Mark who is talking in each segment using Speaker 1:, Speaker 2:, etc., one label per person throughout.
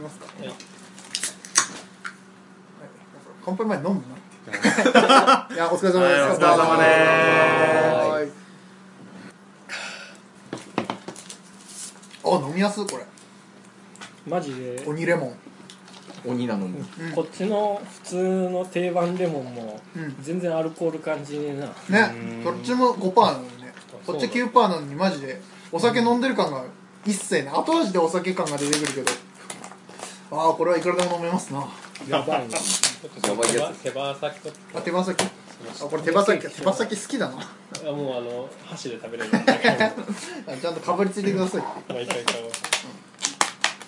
Speaker 1: ますか、
Speaker 2: はい
Speaker 1: はい乾杯前飲む ないやお疲れ様です、
Speaker 2: はいお疲れ様です
Speaker 1: はいあ飲みやすいこれ
Speaker 2: マジで
Speaker 1: 鬼レモン
Speaker 3: 鬼なのに
Speaker 1: うん
Speaker 2: こっちの普通の定番レモンも
Speaker 1: うん
Speaker 2: 全然アルコール感じねえな
Speaker 1: ねどっちも5%なのにねこっち9%なのにマジでお酒飲んでる感が一切ない後味でお酒感が出てくるけどああこれはいくらでも飲めますな
Speaker 2: やばいな
Speaker 3: やばいや
Speaker 4: 手羽先と
Speaker 1: あ手羽先あこれ手羽先手羽先好きだな
Speaker 4: あもうあの箸で食べれるんだけど
Speaker 1: ちゃんとかぶりついてください
Speaker 4: 毎回買おう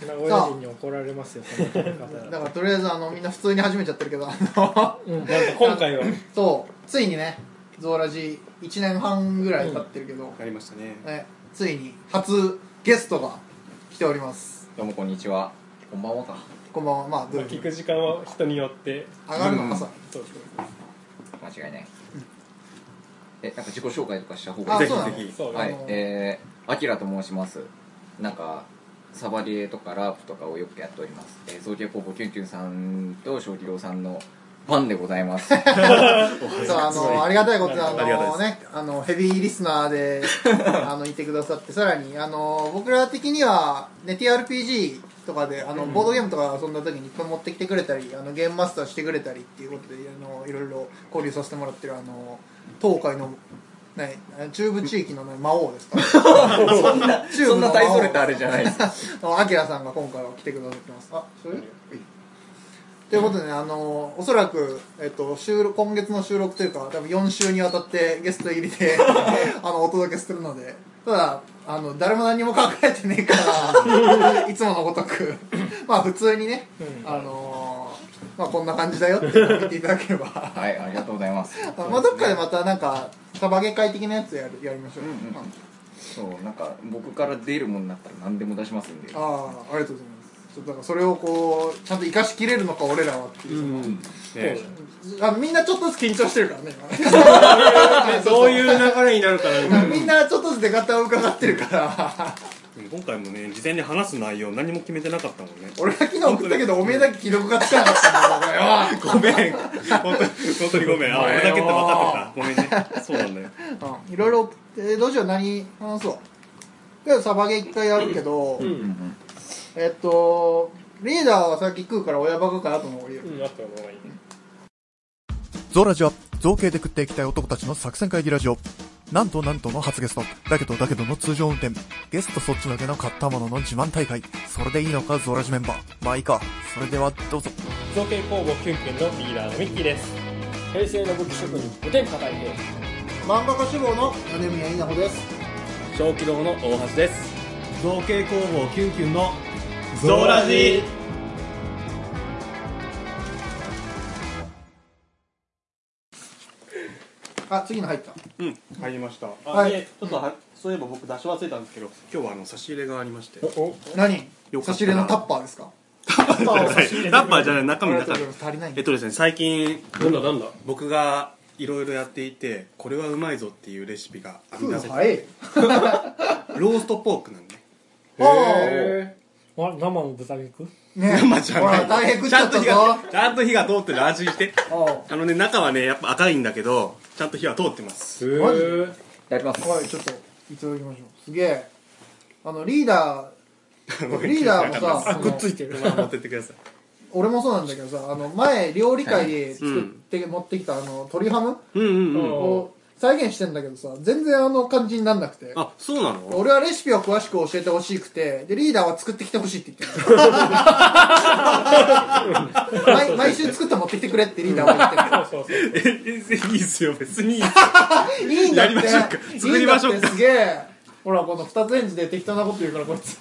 Speaker 2: 名古屋人に怒られますよその食べ方
Speaker 1: だからとりあえずあのみんな普通に始めちゃってるけどあの
Speaker 2: うん
Speaker 4: なんか今回は
Speaker 1: そうついにねゾーラジ1年半ぐらい経ってるけど、
Speaker 5: ありましたね
Speaker 1: ね、ついに初ゲストが来ております
Speaker 3: どうもこんにちはこんばんはか
Speaker 1: こんばんはまあどうぞ
Speaker 4: 聞く時間は人によって
Speaker 1: 上がるのかさ、
Speaker 4: そうそう
Speaker 3: 間違いないえなんか自己紹介とかした方
Speaker 1: あ
Speaker 3: がいい
Speaker 1: そうなの
Speaker 5: ぜひ
Speaker 4: そう
Speaker 3: は
Speaker 1: あ
Speaker 3: い
Speaker 1: の
Speaker 3: えーあきらと申しますなんかサバリエとかラープとかをよくやっております、えー、造形工房キュンキュンさんと翔太郎さんのファンでございます は
Speaker 1: そうあのありがたいことであ
Speaker 5: ありがたいで
Speaker 1: の
Speaker 5: す
Speaker 1: ねあのヘビーリスナーであのいてくださってさらにあの僕ら的にはね TRPG とかであのボードゲームとか遊んだ時にいっぱい持ってきてくれたりあのゲームマスターしてくれたりっていうことであのいろいろ交流させてもらってるあの東海のね中部地域の、ね、魔王ですからそんな
Speaker 3: そんな大それたあれじゃないです
Speaker 1: あきらさんが今回は来てくださってますあそれということでね、あのおそらく、えっと、収録今月の収録というか多分4週にわたってゲスト入り であのお届けするのでただあの誰も何も考えてねえから いつものごとくまあ普通にね、あのまあ、こんな感じだよっていうのを見ていただければ ま
Speaker 3: はいありがとうございます
Speaker 1: あまあどっかでまたなんかサバゲ会的なやつやるやりましょう、
Speaker 3: うんうんそうなんか僕から出るもんなったら何でも出しますんで
Speaker 1: ああありがとうございますちょっとだからそれをこうちゃんと生かしきれるのか俺らはっていう、
Speaker 5: ね
Speaker 1: あみんなちょっとずつ緊張してるからね
Speaker 4: どういう流れになるかなみ
Speaker 1: 今
Speaker 4: たい
Speaker 1: みんなちょっとずつ出方を伺ってるから
Speaker 5: でも今回もね事前に話す内容何も決めてなかったもんね
Speaker 1: 俺が昨日送ったけどおめえだけ既読がつかなかったんだからよ
Speaker 5: ごめん本当に本当にごめんあ俺だけって分かってたごめんねそうなんだよ
Speaker 1: うんいろいろ、えーどうしよう何話そうけどサバゲ一回やるけど、
Speaker 4: なうん
Speaker 1: えっとリーダーは先食うから親バカか後の俺よ
Speaker 4: うんあった方がいいね
Speaker 6: ゾーラジは造形で食っていきたい男たちの作戦会議ラジオ。なんとなんとの初ゲスト。だけどだけどの通常運転。ゲストそっちのけの買ったものの自慢大会。それでいいのかゾーラジメンバー。まあいいか。それではどうぞ。
Speaker 4: 造形工房キュンキュンのリーダーのミッキーです
Speaker 2: 平成の武器職人お天下大平
Speaker 1: 漫画家志望の米宮稲穂です
Speaker 2: 小気道の大橋です
Speaker 4: 造形工房キュンキュンの
Speaker 2: ゾーラジー
Speaker 1: あ次の入った
Speaker 5: うん入りました
Speaker 4: あ、
Speaker 1: はい
Speaker 4: いえ、ちょっとはそういえば僕出し忘れたんですけど
Speaker 5: 今日はあの差し入れがありまして
Speaker 1: 何
Speaker 5: よかった
Speaker 1: 差
Speaker 5: な
Speaker 1: し入れのタッパーですか
Speaker 5: タ ッパーじゃない中身
Speaker 1: あ
Speaker 5: の
Speaker 1: りがとうござ
Speaker 5: 中
Speaker 1: い
Speaker 5: 身
Speaker 1: ます足りないん
Speaker 5: え
Speaker 1: だ
Speaker 5: っとですね最近
Speaker 4: なんだなんだ
Speaker 5: 僕がいろいろやっていてこれはうまいぞっていうレシピが編
Speaker 1: 食う
Speaker 5: み出
Speaker 1: の
Speaker 5: せて
Speaker 1: 早い
Speaker 5: ローストポークなんで
Speaker 1: あー
Speaker 2: あ生の豚肉
Speaker 1: ね
Speaker 5: 生じゃ
Speaker 1: ほ
Speaker 5: な
Speaker 1: ら
Speaker 5: い
Speaker 1: 大変食っ
Speaker 5: ち
Speaker 1: ちゃ
Speaker 5: ゃ
Speaker 1: っ
Speaker 5: ん
Speaker 1: たぞ
Speaker 5: と火がちゃんと火が通ってる味して
Speaker 1: お
Speaker 5: あのね中はねやっぱ赤いんだけどちゃんと火は通ってます
Speaker 4: すー
Speaker 3: やります
Speaker 1: うはいちょっといただきましょうすげえあのリーダーリーダーもさ
Speaker 2: あ
Speaker 1: その
Speaker 2: くっついてる
Speaker 5: 車持ってってください
Speaker 1: 俺もそうなんだけどさあの前料理会で作って、持ってきたあの鶏ハム
Speaker 5: うんうんうん
Speaker 1: を再現してんだけどさ全然あの感じになんなくて
Speaker 5: あそうなの
Speaker 1: 俺はレシピを詳しく教えてほしくてでリーダーは作ってきてほしいって言って る毎毎週作って持ってきてくれってリーダーは言ってる
Speaker 4: そうそうそう
Speaker 5: ええいいっすよ別 にいいっすよ
Speaker 1: いいんだって
Speaker 5: やりましょうか作りましょうか
Speaker 1: いいんだってすげえほらこの二つ返事で適当なこと言うからこいつ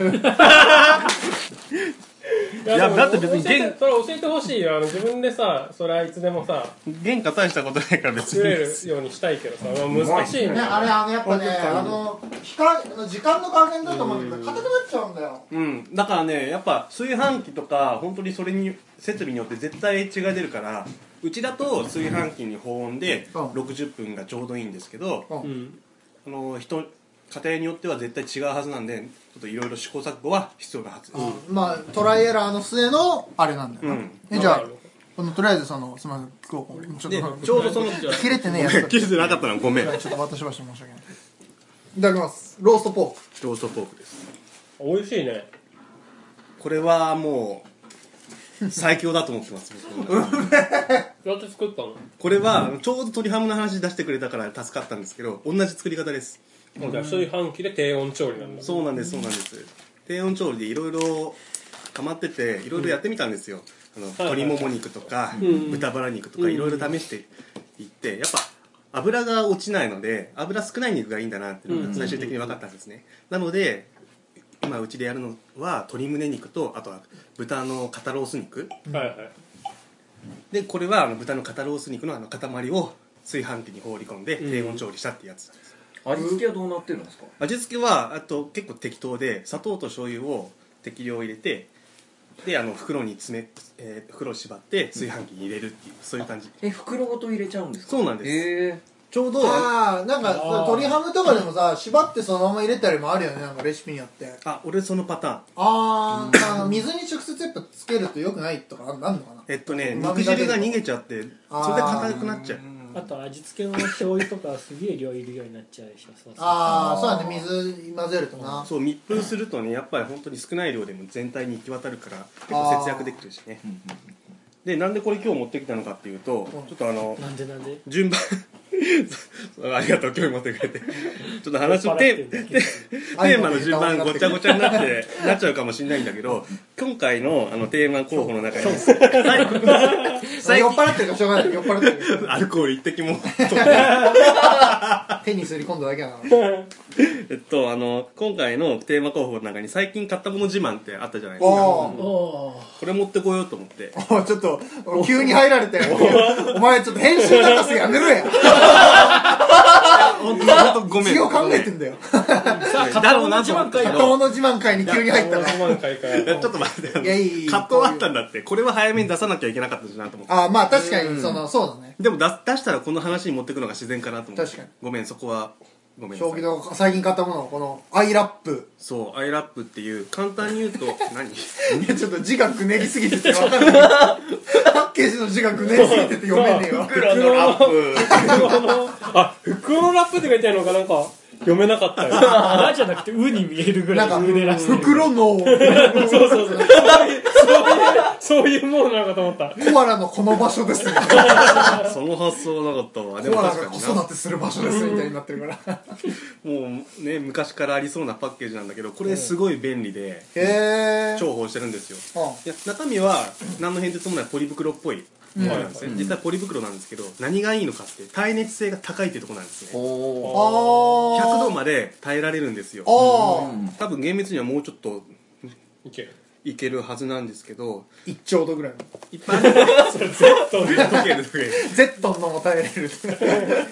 Speaker 4: いや
Speaker 5: いや
Speaker 4: でも
Speaker 5: だって別に
Speaker 4: 教えて
Speaker 5: 現
Speaker 4: それ教えてほしいよあの自分でさそれはいつでもさ
Speaker 5: 原価大したことないから別に
Speaker 4: 作れるようにしたいけどさ、まあ、難しいね
Speaker 1: ねあれあのやっぱねあの光あの時間の加減だと思うんだけど硬くなっちゃうんだよ
Speaker 5: うんだからねやっぱ炊飯器とか本当にそれに設備によって絶対違い出るからうちだと炊飯器に保温で
Speaker 1: うん
Speaker 5: 60分がちょうどいいんですけど、
Speaker 1: うん
Speaker 4: うん
Speaker 5: あの人家庭によっては絶対違うはずなんでちょっといろいろ試行錯誤は必要なはずです、
Speaker 1: まあトライエラーの末のあれなんだよな、
Speaker 5: うん
Speaker 1: え じゃあこのとりあえずそのすみません今日これちょっ
Speaker 5: で
Speaker 1: と
Speaker 5: ちょうどその
Speaker 1: 切れてねえやつ
Speaker 5: 切れてなかったのはごめん
Speaker 1: ちょっと渡しました申し訳ないいただきますローストポーク
Speaker 5: ローストポークです
Speaker 4: 美味しいね
Speaker 5: これはもう最強だと思ってます僕は
Speaker 4: どうやって作ったの
Speaker 5: これはちょうど鶏ハムの話出してくれたから助かったんですけど同じ作り方です
Speaker 4: もうじゃあ炊飯器で低温調理なんだ
Speaker 5: そうなんですそうなんです低温調理でいろいろハマってていろいろやってみたんですよ、あの
Speaker 4: はい
Speaker 5: 鶏もも肉とか、
Speaker 4: ん
Speaker 5: 豚バラ肉とかいろいろ試していってやっぱ油が落ちないので油少ない肉がいいんだなっていうのが最終的に分かったんですね、なので今うちでやるのは鶏胸肉とあとは豚の肩ロース肉
Speaker 4: はいはい
Speaker 5: でこれはあの豚の肩ロース肉のあの塊を炊飯器に放り込んで低温調理したってやつなんです
Speaker 3: 味付けはどうなってるんですか
Speaker 5: 味付けはあと結構適当で砂糖と醤油を適量入れてであの袋に詰め、えー袋を縛って炊飯器に入れるっていうそういう感じ
Speaker 3: え袋ごと入れちゃうんですか
Speaker 5: そうなんです
Speaker 3: へえ
Speaker 5: ちょうどあ
Speaker 1: ああなんか
Speaker 2: あー
Speaker 1: 鶏ハムとかでもさ縛ってそのまま入れたりもあるよねなんかレシピによって
Speaker 5: 俺そのパターン
Speaker 1: あーあの水に直接やっぱつけるとよくないとかあんあんのかな
Speaker 5: えっとね
Speaker 1: うま
Speaker 5: 肉
Speaker 1: みが出る
Speaker 5: 汁が逃げちゃってそれで硬くなっちゃう
Speaker 2: あと味付けの醤油とかすげえ量いるようになっちゃうでしょそうそう
Speaker 1: ああそうだね水混ぜるとな
Speaker 5: そう密封するとねやっぱり本当に少ない量でも全体に行き渡るから結構節約できるしねでなんでこれ今日持ってきたのかっていうと
Speaker 1: うん
Speaker 5: ちょっとあの
Speaker 2: なんでなんで
Speaker 5: 順番 そうありがとう今日持ってくれてちょっと話を
Speaker 2: 酔っ払
Speaker 5: テ
Speaker 2: ってるだけ
Speaker 5: テテーマの順番ごちゃごちゃになって なっちゃうかもしれないんだけど今回のあのテーマ候補の中に
Speaker 1: あ酔っ払ってるからしょうがない酔っ払ってる
Speaker 5: アルコール一滴も
Speaker 1: 手にすり込んだだけなの
Speaker 5: えっとあの今回のテーマ候補の中に最近買ったもの自慢ってあったじゃないですか
Speaker 1: おー
Speaker 5: これ持ってこようと思って
Speaker 1: おーちょっと急に入られたよお前ちょっと編集なんかすぐやめろや
Speaker 5: 本当本当ごめん
Speaker 1: 一応考えてんだよ
Speaker 5: だろうなと思ったけ
Speaker 1: 片
Speaker 5: ど
Speaker 1: 物自慢会に急に入ったな
Speaker 4: 1万回か
Speaker 5: いやちょっと待ってあの
Speaker 1: いやいいいい
Speaker 5: 葛藤あったんだってこれは早めに出さなきゃいけなかったじゃなと思って
Speaker 1: ああまあ確かにそのそうだね
Speaker 5: でも出す出したらこの話に持ってくのが自然かなと思って
Speaker 1: 確かに
Speaker 5: ごめんそこはごめんな
Speaker 1: 将
Speaker 5: さ
Speaker 1: 棋
Speaker 5: い
Speaker 1: の最近買ったものをこのアイラップ
Speaker 5: そうアイラップっていう簡単に言う と何
Speaker 1: いやちょっと字がくねりすぎててわかんないパッケージの字がくねりすぎてて読めねえわ
Speaker 5: 袋のラップ
Speaker 4: あ袋ラップって書いてあるのかなんか読めなかったよ
Speaker 2: あじゃなくてウに見えるぐ
Speaker 1: な
Speaker 2: ら
Speaker 1: んか
Speaker 2: いうでらしてる
Speaker 1: 袋の
Speaker 4: そうそうそうそういうものなのかと思った
Speaker 1: コアラのこの場所ですみたいな
Speaker 5: その発想はなかったわでも
Speaker 1: コアラ
Speaker 5: 確
Speaker 1: が
Speaker 5: か
Speaker 1: 子
Speaker 5: になも
Speaker 1: 育てする場所ですみたいになってるから
Speaker 5: うね昔からありそうなパッケージなんだけどこれすごい便利で
Speaker 1: へえ
Speaker 5: 重宝してるんですよ
Speaker 1: うん
Speaker 5: いや中身は何の変哲もないポリ袋っぽいものなんですね、
Speaker 3: うん
Speaker 5: 実はポリ袋なんですけど何がいいのかって耐熱性が高いってとこなんですね
Speaker 3: おお
Speaker 1: あー
Speaker 5: 100度まで耐えられるんですよ
Speaker 1: ああ
Speaker 5: 多分厳密にはもうちょっと
Speaker 4: いける
Speaker 5: いけるはずなんですけど
Speaker 1: 1兆度ぐらいの
Speaker 5: 一般的な
Speaker 1: ゼットンのも耐えれる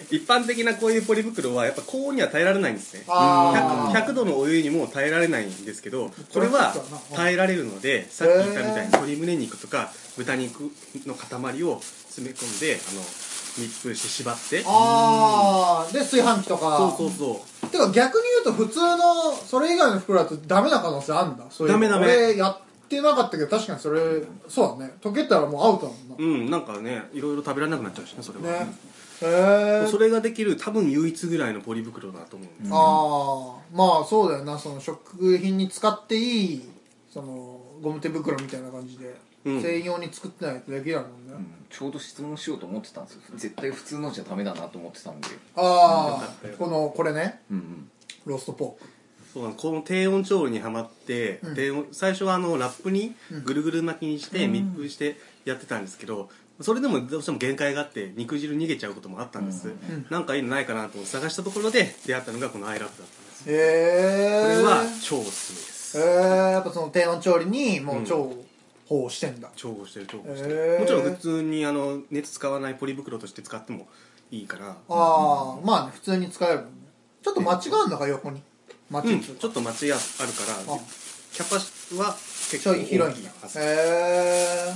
Speaker 5: 一般的なこういうポリ袋はやっぱ高温には耐えられないんですね
Speaker 1: あ
Speaker 5: 100, 100度のお湯にも耐えられないんですけどこれは耐えられるのでさっき言ったみたいに鶏胸肉とか豚肉の塊を詰め込んであの密封して縛って
Speaker 1: ああで炊飯器とか
Speaker 5: そうそうそ
Speaker 1: てか逆に言うと普通のそれ以外の袋だとダメな可能性あるんだそういう
Speaker 5: ダメダメ
Speaker 1: 俺やってなかったけど確かにそれそうだね溶けたらもうアウトだもんな
Speaker 5: ううんなんかねいろいろ食べられなくなっちゃうしねそれは、
Speaker 1: ねへえ
Speaker 5: それができる多分唯一ぐらいのポリ袋だと思うんです、
Speaker 1: ああまあそうだよなその食品に使っていいそのゴム手袋みたいな感じで、
Speaker 5: うん
Speaker 1: 専用に作ってないとできないもんね、
Speaker 3: ちょうど質問しようと思ってたんですよ絶対普通のじゃダメだなと思ってたんで
Speaker 1: ああこのこれね
Speaker 3: うんうん
Speaker 1: ローストポーク
Speaker 5: そうなのこの低温調理にはまって、
Speaker 1: うん
Speaker 5: 低温最初はあのラップにぐるぐる巻きにして密封してやってたんですけど、それでもどうしても限界があって肉汁逃げちゃうこともあったんです、
Speaker 1: ん
Speaker 5: なんかいいのないかなと思って探したところで出会ったのがこのアイラップだったんです
Speaker 1: へ
Speaker 5: これ
Speaker 1: え
Speaker 5: は超おすす
Speaker 1: え
Speaker 5: めです
Speaker 1: ー、やっぱその低温調理にもう重宝してんだ、
Speaker 5: 重宝してる重宝してる、
Speaker 1: へー
Speaker 5: もちろん普通にあの熱使わないポリ袋として使ってもいいから
Speaker 1: ああまあね普通に使えるもんねちょっと間違うんだから横に間
Speaker 5: う
Speaker 1: 違
Speaker 5: ん、
Speaker 1: っ
Speaker 5: ち
Speaker 1: て
Speaker 5: ょっと待ちあるから
Speaker 1: あ
Speaker 5: キャパシは結
Speaker 1: ちょ
Speaker 5: 構
Speaker 1: い広いんだ
Speaker 5: はず
Speaker 1: へえー、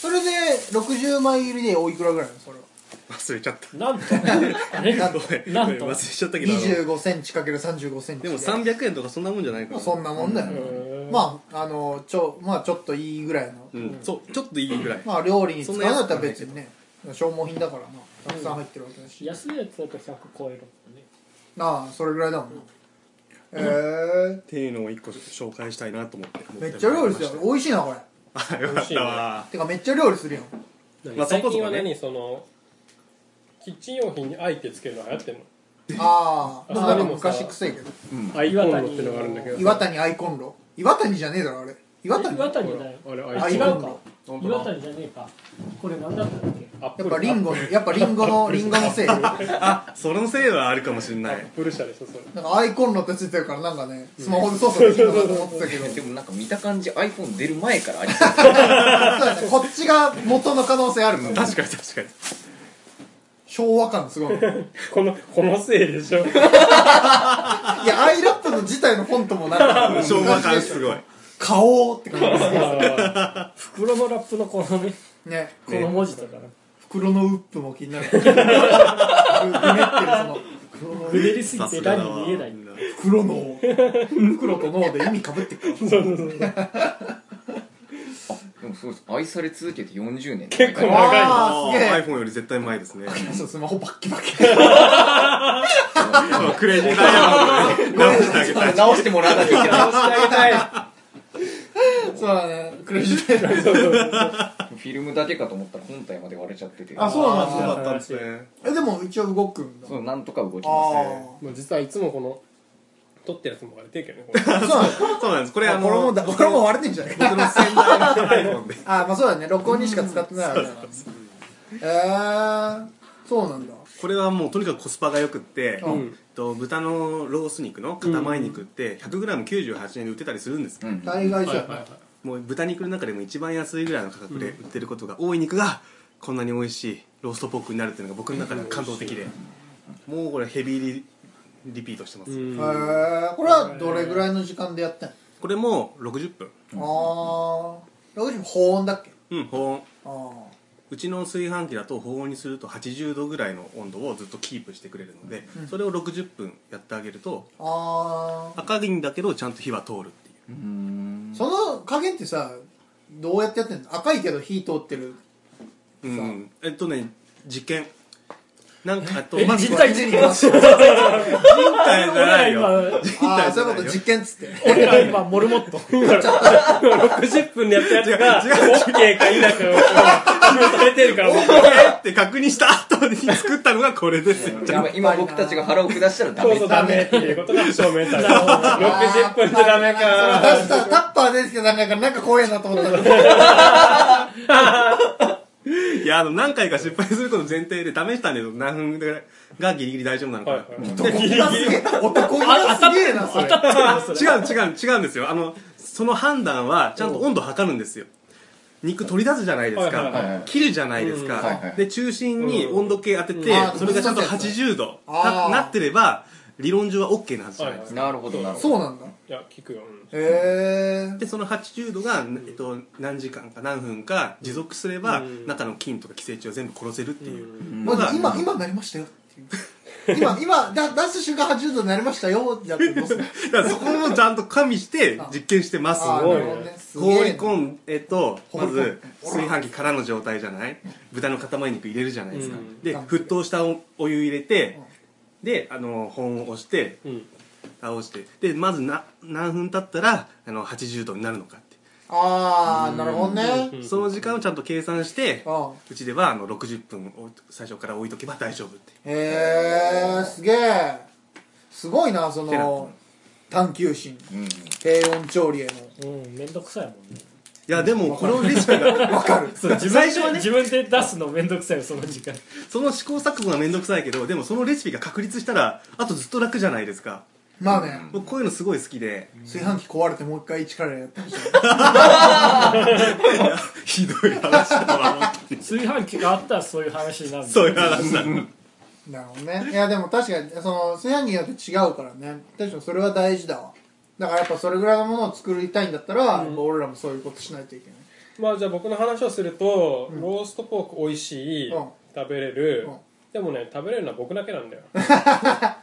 Speaker 1: それで60枚入りでおいくらぐらいなのそれは
Speaker 5: 忘れちゃった
Speaker 2: なんとあれ
Speaker 5: ごめん
Speaker 2: なん
Speaker 5: 忘
Speaker 2: と
Speaker 5: れちゃったけどあの
Speaker 1: 25センチ ×35 センチ
Speaker 5: でも300円とかそんなもんじゃないか
Speaker 1: まあ
Speaker 5: な
Speaker 1: そんなもんだよ、ね
Speaker 4: うん
Speaker 1: まああのちょまあちょっといいぐらいの、
Speaker 5: うんそうちょっといいぐらい
Speaker 1: まあ料理に使うんだったら別にね消耗品だからなたくさん入ってるわけだし、
Speaker 2: 安いやつだと100超えるもんね
Speaker 1: ああそれぐらいだもんな、え
Speaker 5: っていうのを一個紹介したいなと思って
Speaker 1: えめっちゃ料理するや ん美味しいなこれ
Speaker 5: あよかったわ
Speaker 1: てかめっちゃ料理するやん
Speaker 5: まあ
Speaker 4: 最
Speaker 5: そこそ
Speaker 4: 近
Speaker 5: こ
Speaker 4: は
Speaker 5: ね
Speaker 4: 何そのキッチン用品にアイってつけるの流行ってんの
Speaker 1: ああ
Speaker 4: あ
Speaker 1: でもなんか
Speaker 4: でもさ
Speaker 1: 昔くせえけど
Speaker 4: アイコンロってのがあるんだけど
Speaker 1: 岩谷アイコンロ岩谷じゃねえだろあれ岩谷
Speaker 2: 岩谷だよ
Speaker 4: あれ
Speaker 2: あ
Speaker 4: ア
Speaker 2: 違
Speaker 4: イ
Speaker 2: う
Speaker 4: コン
Speaker 2: か
Speaker 3: 本当だ
Speaker 2: 岩谷じゃねえかこれ何だったんだっけ
Speaker 4: アップ
Speaker 1: やっ
Speaker 4: ル
Speaker 1: ぱリンゴやっぱリンゴのリンゴのせいなんか
Speaker 5: あそのせいはあるかもしれない
Speaker 4: ブル社でしょそれ
Speaker 1: アイコンロってついてるからなんかねスマホで操作できるのかと思ってたけど
Speaker 3: でもなんか見た感じ iPhone 出る前からありそう
Speaker 1: そうだねこっちが元の可能性あるもん
Speaker 5: 確かに確かに
Speaker 1: 昭和感すごいい
Speaker 4: このこのせいでしょ
Speaker 1: やアイラップの自体のフォントもなんか
Speaker 5: 昭和感すごい
Speaker 1: 顔って感じです
Speaker 2: 袋のラップのこのね
Speaker 1: ね
Speaker 2: この文字とか
Speaker 1: 袋のウップも気になるぐぐねってるその袋の
Speaker 2: ふねりすぎ
Speaker 5: さ
Speaker 2: て
Speaker 5: すがだ
Speaker 2: 何
Speaker 5: わ
Speaker 2: に見えない
Speaker 1: 袋の袋と脳で意味かぶってくる
Speaker 3: でもそうです愛され続けて40年
Speaker 4: 結構長いな
Speaker 1: あ
Speaker 5: あ
Speaker 1: あすげえ
Speaker 5: iPhone より絶対前ですね
Speaker 1: そうスマホバッキバキ
Speaker 5: クレイ ジーダイヤモンドね直してあげたい
Speaker 3: 直してもらわなきゃいけない
Speaker 1: そうだねクレジット
Speaker 3: フィルムだけかと思ったら本体まで割れちゃってて
Speaker 1: あそうなん
Speaker 5: そう
Speaker 1: だ
Speaker 5: だったんですね
Speaker 1: えでも一応動くんだ
Speaker 3: そうなんとか動きますね
Speaker 1: あ
Speaker 4: もう実はいつもこの取ってるやつも割れてるけどねこれ
Speaker 1: あそうなんだ
Speaker 5: そうなんですこれあの
Speaker 1: これもだこれも割れてんじゃない
Speaker 5: 僕の先代の iPhone で
Speaker 1: あまあそうだね録音にしか使ってないわけだからえーそうなんだ
Speaker 5: これはもうとにかくコスパがよくって、
Speaker 1: うん
Speaker 5: えっと豚のロース肉の塊肉って 100g98 円で売ってたりするんです、
Speaker 3: うん
Speaker 1: 大概じゃん
Speaker 5: もう豚肉の中でも一番安いぐらいの価格で売ってることが多い肉がこんなに美味しいローストポークになるっていうのが僕の中では感動的で、もうこれヘビーリリピートしてます、
Speaker 1: へーこれはどれぐらいの時間でやってん
Speaker 5: これも60分
Speaker 1: のああ60保温だっけ
Speaker 5: うん保温
Speaker 1: あー
Speaker 5: うちの炊飯器だと保温にすると80度ぐらいの温度をずっとキープしてくれるので、それを60分やってあげると
Speaker 1: あー
Speaker 5: 赤いんだけどちゃんと火は通るっていう
Speaker 3: うーん
Speaker 1: その加減ってさどうやってやってんの赤いけど火通ってる
Speaker 5: うん、えっとね実験なんかあと
Speaker 2: え
Speaker 5: まず
Speaker 2: 実体実験
Speaker 5: 人体じゃないよ
Speaker 2: 俺ら今
Speaker 5: 人
Speaker 1: ああ
Speaker 5: 体じ
Speaker 1: そ
Speaker 5: ゃ
Speaker 1: うこ
Speaker 5: ないいう
Speaker 1: と
Speaker 5: よ
Speaker 1: 実験っつって
Speaker 2: 俺ら今モルモット
Speaker 4: 60分でやったやつが OK か否かを決めされてるからもう
Speaker 5: えって確認した後に作ったのがこれですよ
Speaker 3: 今今僕たちが腹を下したらダ
Speaker 4: そ
Speaker 3: メ
Speaker 4: うそうダメっていうことが証明された60分じゃダメ
Speaker 1: あ
Speaker 4: か
Speaker 1: ー出したタッパーですけどなんかなんか怖いなと思ったんだけど
Speaker 5: いやあの何回か失敗すること前提で試したんだけど何分ぐらいがギリギリ大丈夫なのかな、
Speaker 4: はいはい
Speaker 5: でギリギリ
Speaker 1: あすげえ男気がすげえなそれ
Speaker 5: 違う違う違うんですよあのその判断はちゃんと温度測るんですよ肉取り出すじゃないですか、
Speaker 4: はいはい
Speaker 3: はいはい
Speaker 5: 切るじゃないですか、
Speaker 3: うんはいはい
Speaker 5: で中心に温度計当てて、
Speaker 1: うんあー
Speaker 5: それがちゃんと80度
Speaker 1: あ
Speaker 5: た
Speaker 1: ー
Speaker 5: なってれば理論上は OK なはずじゃないですか、
Speaker 3: なるほどなるほど
Speaker 1: そうなんだ
Speaker 4: いや聞くようん
Speaker 1: へえ
Speaker 5: でその80度が、えっと、何時間か何分か持続すれば、
Speaker 4: うん
Speaker 5: 中の菌とか寄生虫を全部殺せるっていう、
Speaker 3: うん
Speaker 1: もう今今なりましたよっていう今今だ出す瞬間80度になりましたよじゃあどうする
Speaker 5: だからそこもちゃんと加味して実験してます
Speaker 1: あー
Speaker 4: ごい
Speaker 1: な
Speaker 4: ね
Speaker 1: るほどねす
Speaker 5: 放
Speaker 1: げ
Speaker 5: り
Speaker 1: えな
Speaker 5: 込んえっと
Speaker 1: ほり込
Speaker 5: ま
Speaker 1: ん
Speaker 5: ず炊飯器からの状態じゃない豚の塊肉入れるじゃないですか、
Speaker 4: うん
Speaker 5: で沸騰したおお湯入れて、であの保温を押して
Speaker 4: うん
Speaker 5: 蓋をしてでまずな何分経ったらあの80度になるのかって、
Speaker 1: ああなるほどね
Speaker 4: ん
Speaker 5: その時間をちゃんと計算して、う
Speaker 1: うん
Speaker 5: ちではあの60分を最初から置いとけば大丈夫って
Speaker 1: へえすげえすごいなそ
Speaker 5: てな
Speaker 1: の探求心
Speaker 3: うん
Speaker 1: 低温調理へ
Speaker 2: うんめんどくさいもんね
Speaker 5: いやでもこのレシピが
Speaker 1: のわかる
Speaker 2: そう自
Speaker 5: 最初は
Speaker 2: 分で
Speaker 5: ね
Speaker 2: 自分で出すのめんどくさいよその時間
Speaker 5: その試行錯誤が面倒くさいけどでもそのレシピが確立したらあとずっと楽じゃないですか
Speaker 1: まあね
Speaker 5: 僕こういうのすごい好き で
Speaker 1: 炊飯器壊れてもう一回一からやってほしい
Speaker 5: ひどい話だわ
Speaker 2: 炊飯器があったらそういう話になるん だ
Speaker 5: そういう話だ
Speaker 1: なるほどねいやでも確かにその炊飯器によって違うからね確かにそれは大事だわだからやっぱそれぐらいのものを作りたいんだったら、やっぱ俺らもそういうことしないといけない
Speaker 4: まあじゃあ僕の話をすると、ローストポーク美味しい、
Speaker 1: うん
Speaker 4: 食べれる
Speaker 1: うん
Speaker 4: でもね食べれるのは僕だけなんだよ
Speaker 1: だか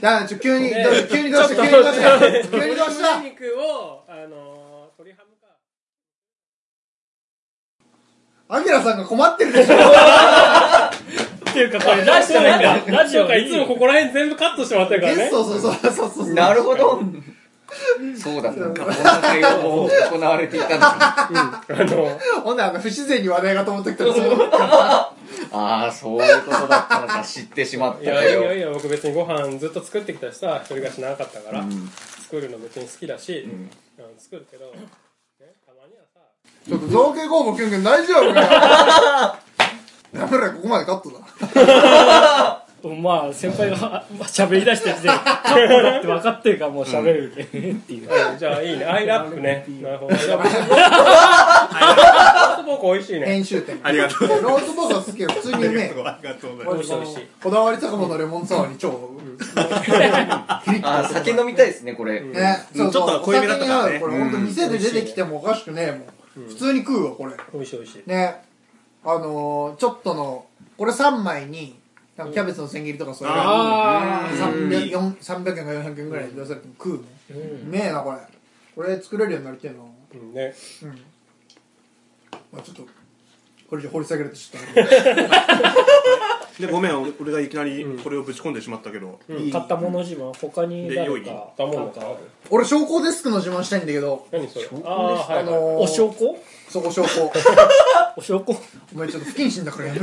Speaker 1: らちょ急に、
Speaker 4: ね
Speaker 1: どうし急にどうし
Speaker 4: ちょ
Speaker 1: た
Speaker 4: っ
Speaker 1: 急
Speaker 4: と
Speaker 1: にどうした急にどうし
Speaker 4: 鶏
Speaker 1: た
Speaker 4: 胸肉をあのー鶏ハムか
Speaker 1: アキラさんが困ってるでしょ
Speaker 4: っていうかこれラジオなん だラジオかいつもここら辺全部カットしてもらってるから
Speaker 1: ゲ
Speaker 4: ね
Speaker 1: ストそうそうそうそうそう
Speaker 3: なるほどそうだったこんな会話も行われていたんだ
Speaker 4: あの
Speaker 1: ほんであの不自然に話題が飛んできたらそう
Speaker 3: ああそういうことだったのか知ってしまっ
Speaker 4: い
Speaker 3: た
Speaker 4: や
Speaker 3: か
Speaker 4: いや
Speaker 3: よ
Speaker 4: いや僕別にご飯ずっと作ってきたしさ一人暮らし長かったから、
Speaker 3: うん
Speaker 4: 作るの別に好きだし、
Speaker 3: ん
Speaker 4: うん作るけど、ね、たまにはさ
Speaker 1: ちょっと造形工房キュンキュン大丈夫 かよダメだよここまでカットだ
Speaker 2: まあ先輩が あまあ喋り出しててカップだって分かってるからもう喋るけっていう
Speaker 4: うん じゃあいいねアイラップねなるほどアイラップ僕僕美味しいね
Speaker 1: 編集点
Speaker 5: ありがとう
Speaker 1: ロースボース好きよ普通にうめえ
Speaker 5: ありがとうござ
Speaker 4: 美
Speaker 5: いま
Speaker 4: 味
Speaker 5: す
Speaker 4: しい美味しい
Speaker 1: こだわり酒場のレモンサワーに超
Speaker 3: あー酒飲みたいですねこれ
Speaker 1: ね
Speaker 5: うん
Speaker 1: そうそう
Speaker 5: ちょっと濃いめだったからね
Speaker 1: お酒に合うこれ本当店で出てきてもおかしくねえもん普通に食うわこれ
Speaker 4: 美味しい美味しい
Speaker 1: ねあのーちょっとのこれ3枚になんかキャベツの千切りとかそういう
Speaker 2: あ
Speaker 1: 300 400 300円か400円ぐらいで出されても食うねうめえなこれこれ作れるようになりてえな
Speaker 4: うんね
Speaker 1: うんまあちょっとこれ以上掘り下げるとちょっとあれ
Speaker 5: でごめん俺俺がいきなりこれをぶち込んでしまったけど、
Speaker 1: いい
Speaker 2: 買ったもの自慢他に誰
Speaker 5: で良
Speaker 2: か
Speaker 4: だものか
Speaker 1: 俺証拠デスクの自慢したいんだけど
Speaker 4: 何それああーは
Speaker 1: あ
Speaker 4: いはい
Speaker 1: のー
Speaker 2: お証拠
Speaker 1: そうお証 拠
Speaker 2: お証拠
Speaker 1: お前ちょっと不謹慎だからやめ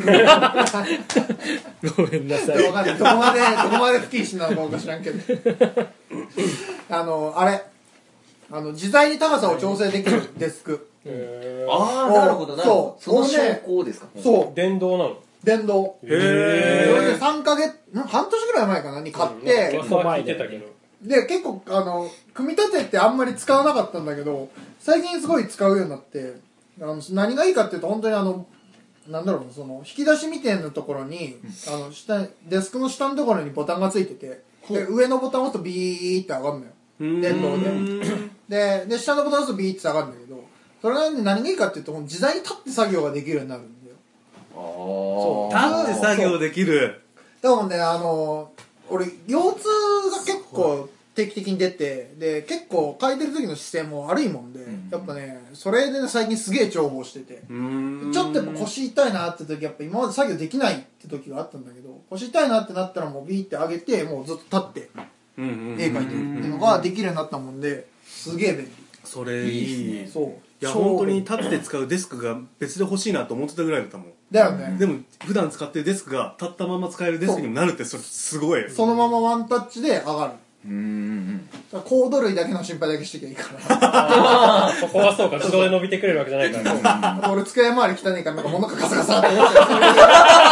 Speaker 1: ろよ
Speaker 2: ごめんなさい
Speaker 1: わかんないどこまでどこまで不謹慎なのか知らんけどあのあれあの自在に高さを調整できるデスク
Speaker 4: えー
Speaker 3: ああなるほどなるほど
Speaker 1: そうこ
Speaker 3: その
Speaker 1: れね
Speaker 3: 証拠ですか
Speaker 1: そ
Speaker 4: 電動なの
Speaker 1: う電動
Speaker 5: へえ
Speaker 1: 俺ね3ヶ月ん半年ぐらい前かなに買って
Speaker 4: 噂は聞いてたけど
Speaker 1: で結構あの組み立てってあんまり使わなかったんだけど最近すごい使うようになってあの何がいいかっていうと本当にあのなんだろうその引き出しみたいなところにあの下デスクの下のところにボタンがついててで上のボタンを押すとビーって上がるのよ電動ででで下のボタンを押すとビーって下がるんだけどそれが何がいいかっていうと自在に立って作業ができるようになるんだよ
Speaker 3: そう
Speaker 5: 立って作業できる
Speaker 1: でもねあの俺腰痛が結構定期的に出てで結構書いてる時の姿勢も悪いもんで、
Speaker 3: ん
Speaker 1: やっぱねそれでね最近すげえ重宝してて
Speaker 5: うーん
Speaker 1: ちょっとやっぱ腰痛いなって時やっぱ今まで作業できないって時があったんだけど腰痛いなってなったらもうビーって上げてもうずっと立って
Speaker 5: うんうんうん
Speaker 1: 絵描いてるっていうのができるようになったもんですげえ便利
Speaker 5: それいいね
Speaker 1: そう
Speaker 5: いや
Speaker 1: 超
Speaker 5: 本当に立って使うデスクが別で欲しいなと思ってたぐらいだったもん
Speaker 1: だよね
Speaker 5: でも普段使ってるデスクが立ったまま使えるデスクにもなるってそれすごい
Speaker 1: そのままワンタッチで上がる
Speaker 3: うんうん
Speaker 1: だからコード類だけの心配だけしてきゃいいから
Speaker 4: あーそこはそうか自動で伸びてくれるわけじゃないからね
Speaker 1: あと俺机周り汚いからなんか物がカサカサって思っちゃう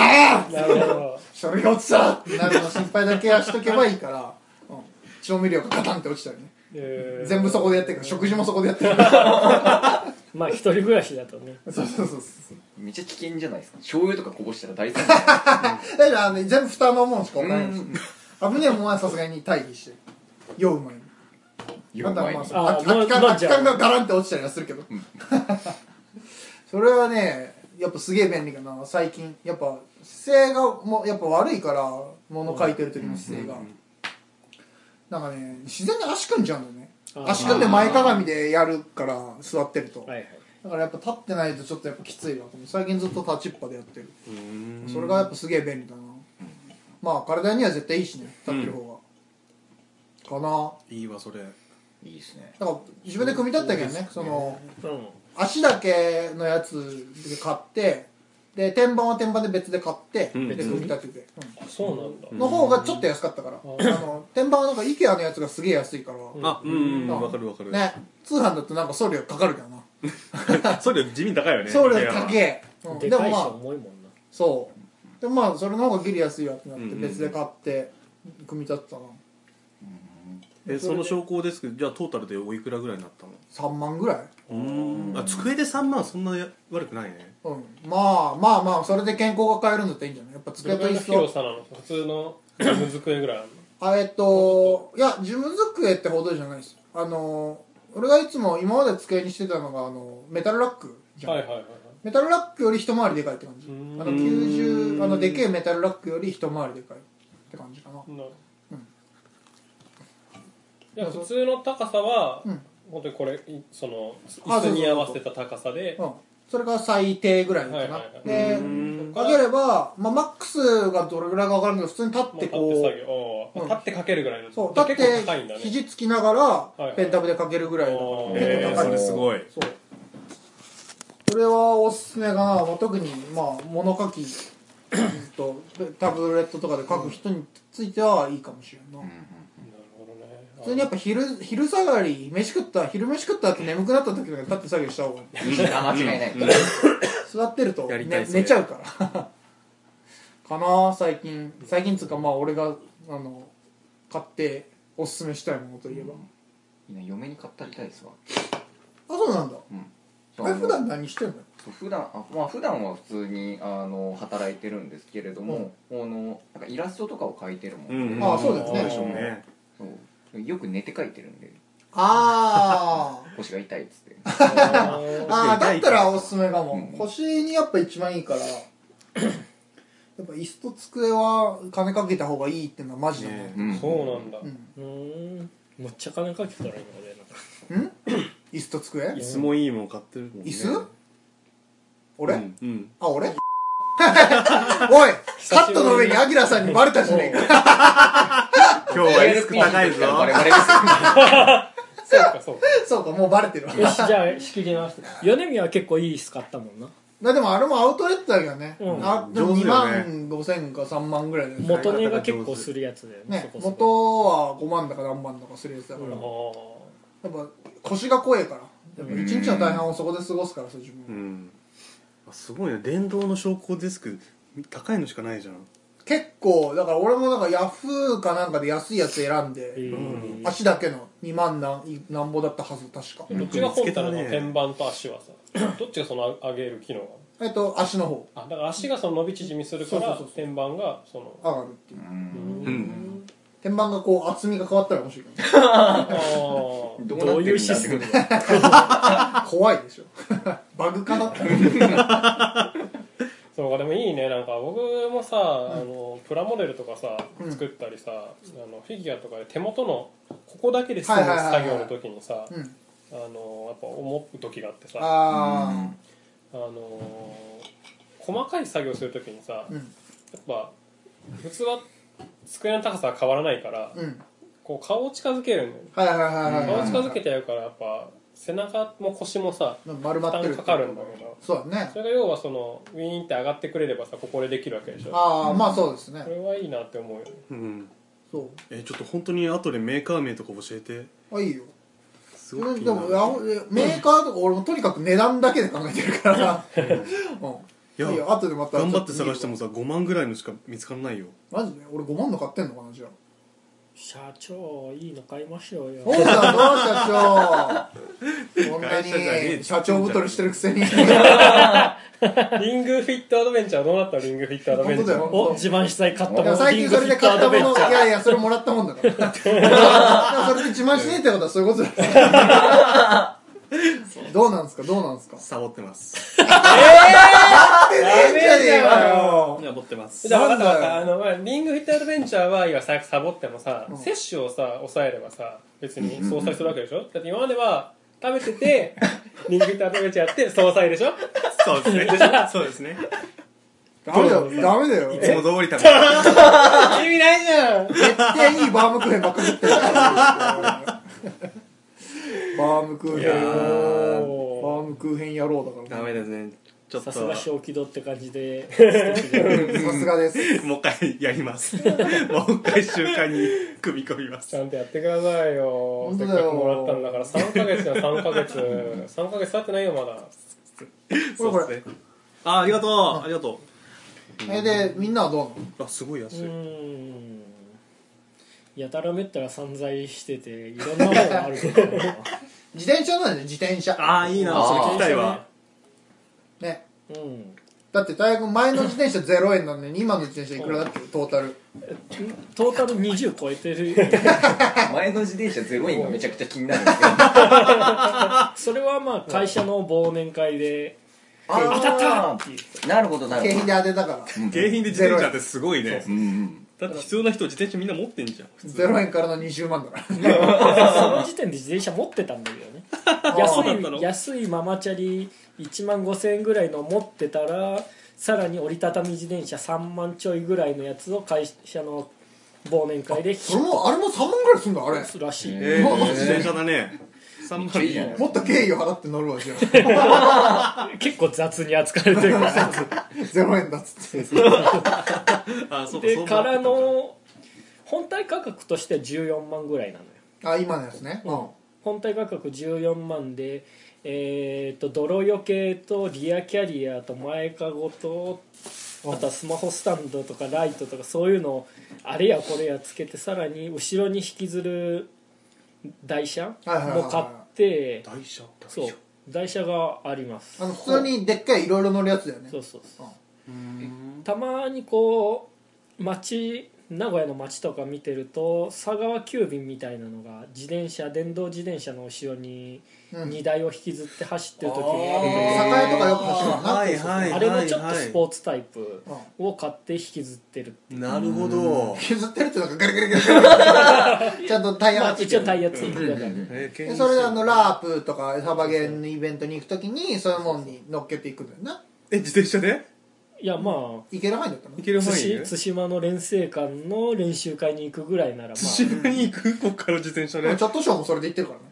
Speaker 1: ああ
Speaker 4: なるほど
Speaker 1: 書類が落ちたってなるの心配だけはしとけばいいから、うん、調味料がガタンって落ちたりね
Speaker 4: えー
Speaker 1: 全部そこでやってるから食事もそこでやってるから
Speaker 2: まあ一人暮らしだとね
Speaker 1: そうそうそうそ
Speaker 3: うんめっちゃ危険じゃないですか醤油とかこぼしたら大惨
Speaker 1: うだからあのね全部蓋のもんしか
Speaker 3: 事
Speaker 1: 置かないんですよ危ねえもんはさすがに退避して酔う前に
Speaker 3: 4
Speaker 1: だ
Speaker 3: 枚
Speaker 1: ま
Speaker 3: に
Speaker 1: あ
Speaker 2: あ
Speaker 1: 空き缶
Speaker 2: まあま
Speaker 1: 空
Speaker 2: あ
Speaker 1: き
Speaker 2: じゃあ
Speaker 1: 缶がガランって落ちたりはするけどそれはねやっぱすげえ便利かな最近やっぱ姿勢がもうやっぱ悪いから物書いてる時の姿勢がなんかね自然に足組んじゃうんだよね
Speaker 2: あー
Speaker 1: 足組んで前かがみでやるから座ってると
Speaker 2: はいはい
Speaker 1: だからやっぱ立ってないとちょっとやっぱきついわ最近ずっと立ちっぱでやってるそれがやっぱすげえ便利だなまあ体には絶対いいしね立ってる方が、かない
Speaker 5: いわそれ
Speaker 3: いいですね
Speaker 1: だから自分で組み立ったけどねその
Speaker 2: うん
Speaker 1: 足だけのやつで買ってで天板は天板で別で買って、
Speaker 5: うん
Speaker 1: で組み立てて、
Speaker 4: あそうなんだ
Speaker 1: うんの方がちょっと安かったから、あの天板はなんか IKEA のやつがすげえ安いから、
Speaker 5: あうんうんわかるわかる
Speaker 1: ね通販だとなんか送料かかるけどな
Speaker 5: 送料地味に高いよね
Speaker 1: 送料高え、うん
Speaker 2: で
Speaker 1: でも
Speaker 2: かい
Speaker 1: ま
Speaker 2: し
Speaker 1: あ
Speaker 2: 重いもんな
Speaker 1: そうでもまあそれの方がギリ安いわってなっ
Speaker 5: うん
Speaker 1: て
Speaker 5: うん
Speaker 1: 別で買って組み立てたな
Speaker 5: えその昇降デスクじゃあトータルでおいくらぐらいになったの
Speaker 1: 3万ぐらい
Speaker 5: あ机で3万そんなや悪くないね
Speaker 1: うんまあまあまあそれで健康が変えるんだったらいいんじゃないやっぱ
Speaker 4: どれ
Speaker 1: 机
Speaker 4: ぐら
Speaker 1: と
Speaker 4: い
Speaker 1: 椅
Speaker 4: の
Speaker 1: 子を
Speaker 4: 広さなの普通の自分机ぐらいあるの
Speaker 1: あえっといや自分机ってほどじゃないですあの俺がいつも今まで机にしてたのがあのメタルラックじゃん、
Speaker 4: はいはいはいはい
Speaker 1: メタルラックより一回りでかいって感じあの90あのでけえメタルラックより一回りでかいって感じかな
Speaker 4: なじゃあ普通の高さは、
Speaker 1: うん
Speaker 4: 本当にこれいその
Speaker 1: あ
Speaker 4: 椅子に合わせた高さで
Speaker 1: うんそれが最低ぐらいかな、
Speaker 4: はいはいはい
Speaker 1: で
Speaker 5: うん
Speaker 1: かければ、まあ、マックスがどれぐらいか分からんけど普通に立っ
Speaker 4: もう立
Speaker 1: て
Speaker 4: って
Speaker 1: こ
Speaker 4: 作
Speaker 1: う
Speaker 4: 業おー
Speaker 1: うん
Speaker 4: 立ってかけるぐらいの
Speaker 1: そう
Speaker 4: だ
Speaker 1: 立
Speaker 4: から
Speaker 1: っ
Speaker 4: 結構高いんだ
Speaker 1: て
Speaker 4: ね
Speaker 1: 肘つきなが
Speaker 4: いは
Speaker 1: ら
Speaker 4: い
Speaker 1: ペンタブでかけるぐらいだから
Speaker 4: おー
Speaker 1: 結
Speaker 5: え
Speaker 1: 構
Speaker 5: ー、
Speaker 1: 高い
Speaker 5: それすごい
Speaker 1: そうそれはおすすめかな、まあ、特にまあ物書きうんとタブレットとかで書く人についてはいいかもしれんな、
Speaker 3: う
Speaker 4: な
Speaker 3: ん
Speaker 4: るほどね
Speaker 1: 普通にやっぱ昼昼下がり飯食った昼飯食った後眠くなった時とかに立って作業した方がいい
Speaker 3: うんあ間違いない、
Speaker 1: 座ってると、
Speaker 5: やりたい
Speaker 1: ね、
Speaker 5: それ
Speaker 1: 寝ちゃうから かな最近最近つうかまあ俺があの買っておすすめしたいものといえば、
Speaker 3: 嫁に買ったりたいですわ
Speaker 1: あそうなんだ
Speaker 3: そう
Speaker 1: え普段何してんの
Speaker 3: そう普段あまあ普段は普通にあの働いてるんですけれども、あのなんかイラストとかを描いてるもんで、
Speaker 5: うん
Speaker 1: あそうだよね
Speaker 5: そうでしょうね
Speaker 3: そうよく寝て描いてるんで
Speaker 1: あー
Speaker 3: 腰が痛いっつって
Speaker 1: あーだったらおすすめかも、
Speaker 3: うん
Speaker 1: 腰にやっぱ一番いいからやっぱ椅子と机は金かけた方がいいってのはマジでね
Speaker 5: ね
Speaker 3: うん
Speaker 4: そうなんだ、
Speaker 2: うーんめっちゃ金かけたら今までなんか
Speaker 1: うんん椅子と机
Speaker 5: 椅子もいいもん買ってるもんね
Speaker 1: 椅子俺、
Speaker 5: うんうん
Speaker 1: あ俺 おいカットの上にアキラさんにバレたじゃねえか
Speaker 5: 今日はリスク高いぞ
Speaker 3: バレバレですよ
Speaker 4: そうかそうか
Speaker 1: そうかもうバレてるわ
Speaker 2: よしじゃあ仕切り直して米宮は結構いい椅子買ったもんな
Speaker 1: だでもあれもアウトレットだけどね、
Speaker 2: うん
Speaker 1: あでも
Speaker 5: 上手
Speaker 1: 2
Speaker 5: だよね
Speaker 1: 万5千か3万ぐらいだよね
Speaker 2: 元値が結構するやつだよね
Speaker 1: ね
Speaker 2: そこそこ
Speaker 1: 元は5万だか何万だかするやつだから、
Speaker 2: うん
Speaker 1: や
Speaker 4: あ
Speaker 1: っぱ腰が怖いからやっぱ一日の大半をそこで過ごすからさ自分、
Speaker 5: うんあすごいね電動の昇降デスク高いのしかないじゃん
Speaker 1: 結構だから俺もなんかヤフーかなんかで安いやつ選んで、
Speaker 2: えー
Speaker 1: 足だけの2万なんなんぼだったはず確か、
Speaker 4: ーどっちが本体な
Speaker 5: 見
Speaker 4: の
Speaker 5: つけた
Speaker 4: 天
Speaker 5: ね
Speaker 4: 板と足はさどっちがその上げる機能が
Speaker 1: えっと足の方
Speaker 4: あだから足がその伸び縮みするから
Speaker 1: そうそうそうそう
Speaker 4: 天板がその
Speaker 1: 上がるっていう
Speaker 3: うん
Speaker 5: うん
Speaker 1: 天板がこう厚みが変わったら面白いけどね
Speaker 4: あー
Speaker 3: ど
Speaker 2: どういうシ
Speaker 3: シ
Speaker 2: ス
Speaker 3: ステ
Speaker 2: テム
Speaker 3: ム
Speaker 1: 怖いでしょバグかなって
Speaker 4: そうかでもいいねなんか僕もさ、あのプラモデルとかさ
Speaker 1: うん
Speaker 4: 作ったりさ、あのフィギュアとかで手元のここだけで済む
Speaker 1: はいはいはいはい
Speaker 4: 作業の時にさ、
Speaker 1: うん
Speaker 4: あのやっぱ思う時があってさあ
Speaker 1: あ
Speaker 4: の細かい作業する時にさ、
Speaker 1: あ
Speaker 4: や
Speaker 1: うん
Speaker 4: っぱ普通は机の高さは変わらないから、
Speaker 1: うん
Speaker 4: こう顔を近づけるんだよね
Speaker 1: はいはいはいはい
Speaker 4: 顔
Speaker 1: は
Speaker 4: を
Speaker 1: い
Speaker 4: 近づけてやるからやっぱ背中も腰もさ
Speaker 1: 丸
Speaker 4: 負
Speaker 1: まって
Speaker 4: 担
Speaker 1: る
Speaker 4: かかるんだけど
Speaker 1: そうだね
Speaker 4: それが要はそのウィーンって上がってくれればさここでできるわけでしょ
Speaker 1: ああまあそうですね
Speaker 4: これはいいなって思うよね
Speaker 5: うん
Speaker 1: そ
Speaker 5: えちょっと本当に後でメーカー名とか教えて
Speaker 1: うあいいよ
Speaker 5: す
Speaker 1: で
Speaker 5: ごく気にな
Speaker 1: も
Speaker 5: る
Speaker 1: あえメーカーとか俺もとにかく値段だけで考えてるからうん
Speaker 5: いや
Speaker 1: いいよ後でまた
Speaker 5: 頑張って探しても
Speaker 1: ち
Speaker 5: さ5万ぐらいのしか見つからないよ
Speaker 1: ょっと見るわマジで俺5万の買ってんのかなじゃあ
Speaker 2: 社長いいの買いましょうよ
Speaker 1: どうしたどう社 長こんな
Speaker 5: 会社じゃねえ
Speaker 1: に社長太りしてるくせに
Speaker 4: リングフィットアドベンチャーどうなったのリングフィットアドベンチャー
Speaker 1: 本当だよ
Speaker 2: お自慢したい買った
Speaker 1: い
Speaker 2: も
Speaker 1: や
Speaker 2: の
Speaker 1: 最近それで買ったものいやいやそれもらったもんだから だからそれで自慢しねえってことはそういうことだよどうなんですかどうなんですか
Speaker 5: サボってます
Speaker 1: ダメじゃねえかよ
Speaker 5: サボってます
Speaker 4: じゃあ分かった
Speaker 1: なんだよ
Speaker 4: 分かったあの、まあ、リングフィットアドベンチャーは今さサボってもさ、
Speaker 1: うん
Speaker 4: 摂取をさ抑えればさ別に相殺するわけでしょ、だって今までは食べてて リングフィットアドベンチャーやって相殺でしょ
Speaker 5: そうですね そうですね
Speaker 1: ダメだよダメだよ
Speaker 5: いつも通り食べます
Speaker 4: 意味ないじゃん
Speaker 1: 絶対いいバームクーヘンばっか食ってるバームクーヘンバ
Speaker 4: おー
Speaker 1: ームクーヘン野郎だから
Speaker 5: ダ
Speaker 1: ね
Speaker 5: メですねちょっと
Speaker 2: さすが小気度って感じで
Speaker 1: さすがです
Speaker 5: もう一回やります もう一回習慣に 組み込みます
Speaker 4: ちゃんとやってくださいよ
Speaker 1: 本
Speaker 4: せ
Speaker 1: 当
Speaker 4: っ
Speaker 1: だよ
Speaker 4: かくもらったんだから3ヶ月だ3ヶ月3ヶ月経ってないよまだ
Speaker 1: これこれ
Speaker 5: そうですねあありがとうありがと
Speaker 1: えでみんなはど
Speaker 5: うあすごい安
Speaker 2: う
Speaker 5: い
Speaker 2: ーんやたらめったら散財してていろんなものがあるけ ど
Speaker 1: う自転車なんだよね自転車
Speaker 5: ああいいな
Speaker 3: あー
Speaker 5: それ聞きたいわ
Speaker 1: ね
Speaker 2: うん
Speaker 1: だって大学前の自転車0円なのに今の自転車いくらだっけトータル
Speaker 2: トータル20超えてる
Speaker 3: 前の自転車ゼロ円がめちゃく ちゃ気になるんですけど
Speaker 2: それはまあ会社の忘年会で当たったっていう
Speaker 3: たなるほどなる
Speaker 1: 景
Speaker 3: ほ
Speaker 1: 品
Speaker 3: ど
Speaker 1: で当てたから
Speaker 5: 景品で自転車ってすごいね
Speaker 3: うんうん
Speaker 5: だって必要な人自転車みんな持ってんじゃん普通
Speaker 1: 0円からの20万だから
Speaker 2: その時点で自転車持ってたんだけどね安い安いママチャリ1万5000円ぐらいの持ってたらさらに折りたたみ自転車3万ちょいぐらいのやつを会社の忘年会で
Speaker 1: それもあれも3万ぐらいすんだあれ
Speaker 2: すらしい、
Speaker 5: え
Speaker 1: うわ
Speaker 5: ー、自転車だね3万
Speaker 3: いいじゃん
Speaker 1: もっと敬意を払って乗るわじゃあ
Speaker 2: 結構雑に扱われてる からさ
Speaker 1: 0円だっつって
Speaker 5: あそうか
Speaker 2: で
Speaker 5: そう
Speaker 2: からの本体価格としては14万ぐらいなのよ
Speaker 1: あ今のやつねうん
Speaker 2: 本体価格14万で、えー、と泥よけとリアキャリアと前かごとあとはスマホスタンドとかライトとかそういうのをあれやこれやつけてさらに後ろに引きずる台車
Speaker 1: はいはいはいはい
Speaker 2: も買って
Speaker 5: 台車
Speaker 2: そう台車があります
Speaker 1: あの普通にでっかいいろいろ乗るやつだよね
Speaker 2: そうそうそう
Speaker 5: うん
Speaker 2: たまにこう街名古屋の街とか見てると佐川急便みたいなのが自転車電動自転車の後ろに
Speaker 1: うん
Speaker 2: 荷台を引きずって走ってる時
Speaker 5: あー
Speaker 1: 栄とかよく走るわな
Speaker 5: はいはい
Speaker 2: あれのちょっとスポーツタイプ
Speaker 1: うん
Speaker 2: を買って引きずってる
Speaker 5: なるほど
Speaker 1: 削ってるってなんかガリガリガリガリちゃんとタイヤ
Speaker 2: ま
Speaker 1: が
Speaker 2: あ
Speaker 1: つい
Speaker 2: 一
Speaker 1: て
Speaker 2: 応
Speaker 1: る
Speaker 2: タイヤついてる
Speaker 5: えー
Speaker 1: でそれであのラープとかサバゲンのイベントに行くときにそういうもんに乗っけていくんだよな
Speaker 5: え自転車で
Speaker 2: いやま
Speaker 1: 行ける範囲だったの
Speaker 5: 行ける
Speaker 2: あ
Speaker 5: 範囲
Speaker 2: 対
Speaker 5: で
Speaker 2: 馬の練成館の練習会に行くぐらいならま
Speaker 5: 自
Speaker 2: あ
Speaker 5: 分に行くこっから自転車
Speaker 1: でも
Speaker 5: で
Speaker 1: ちょっとショーもそれで行ってるからね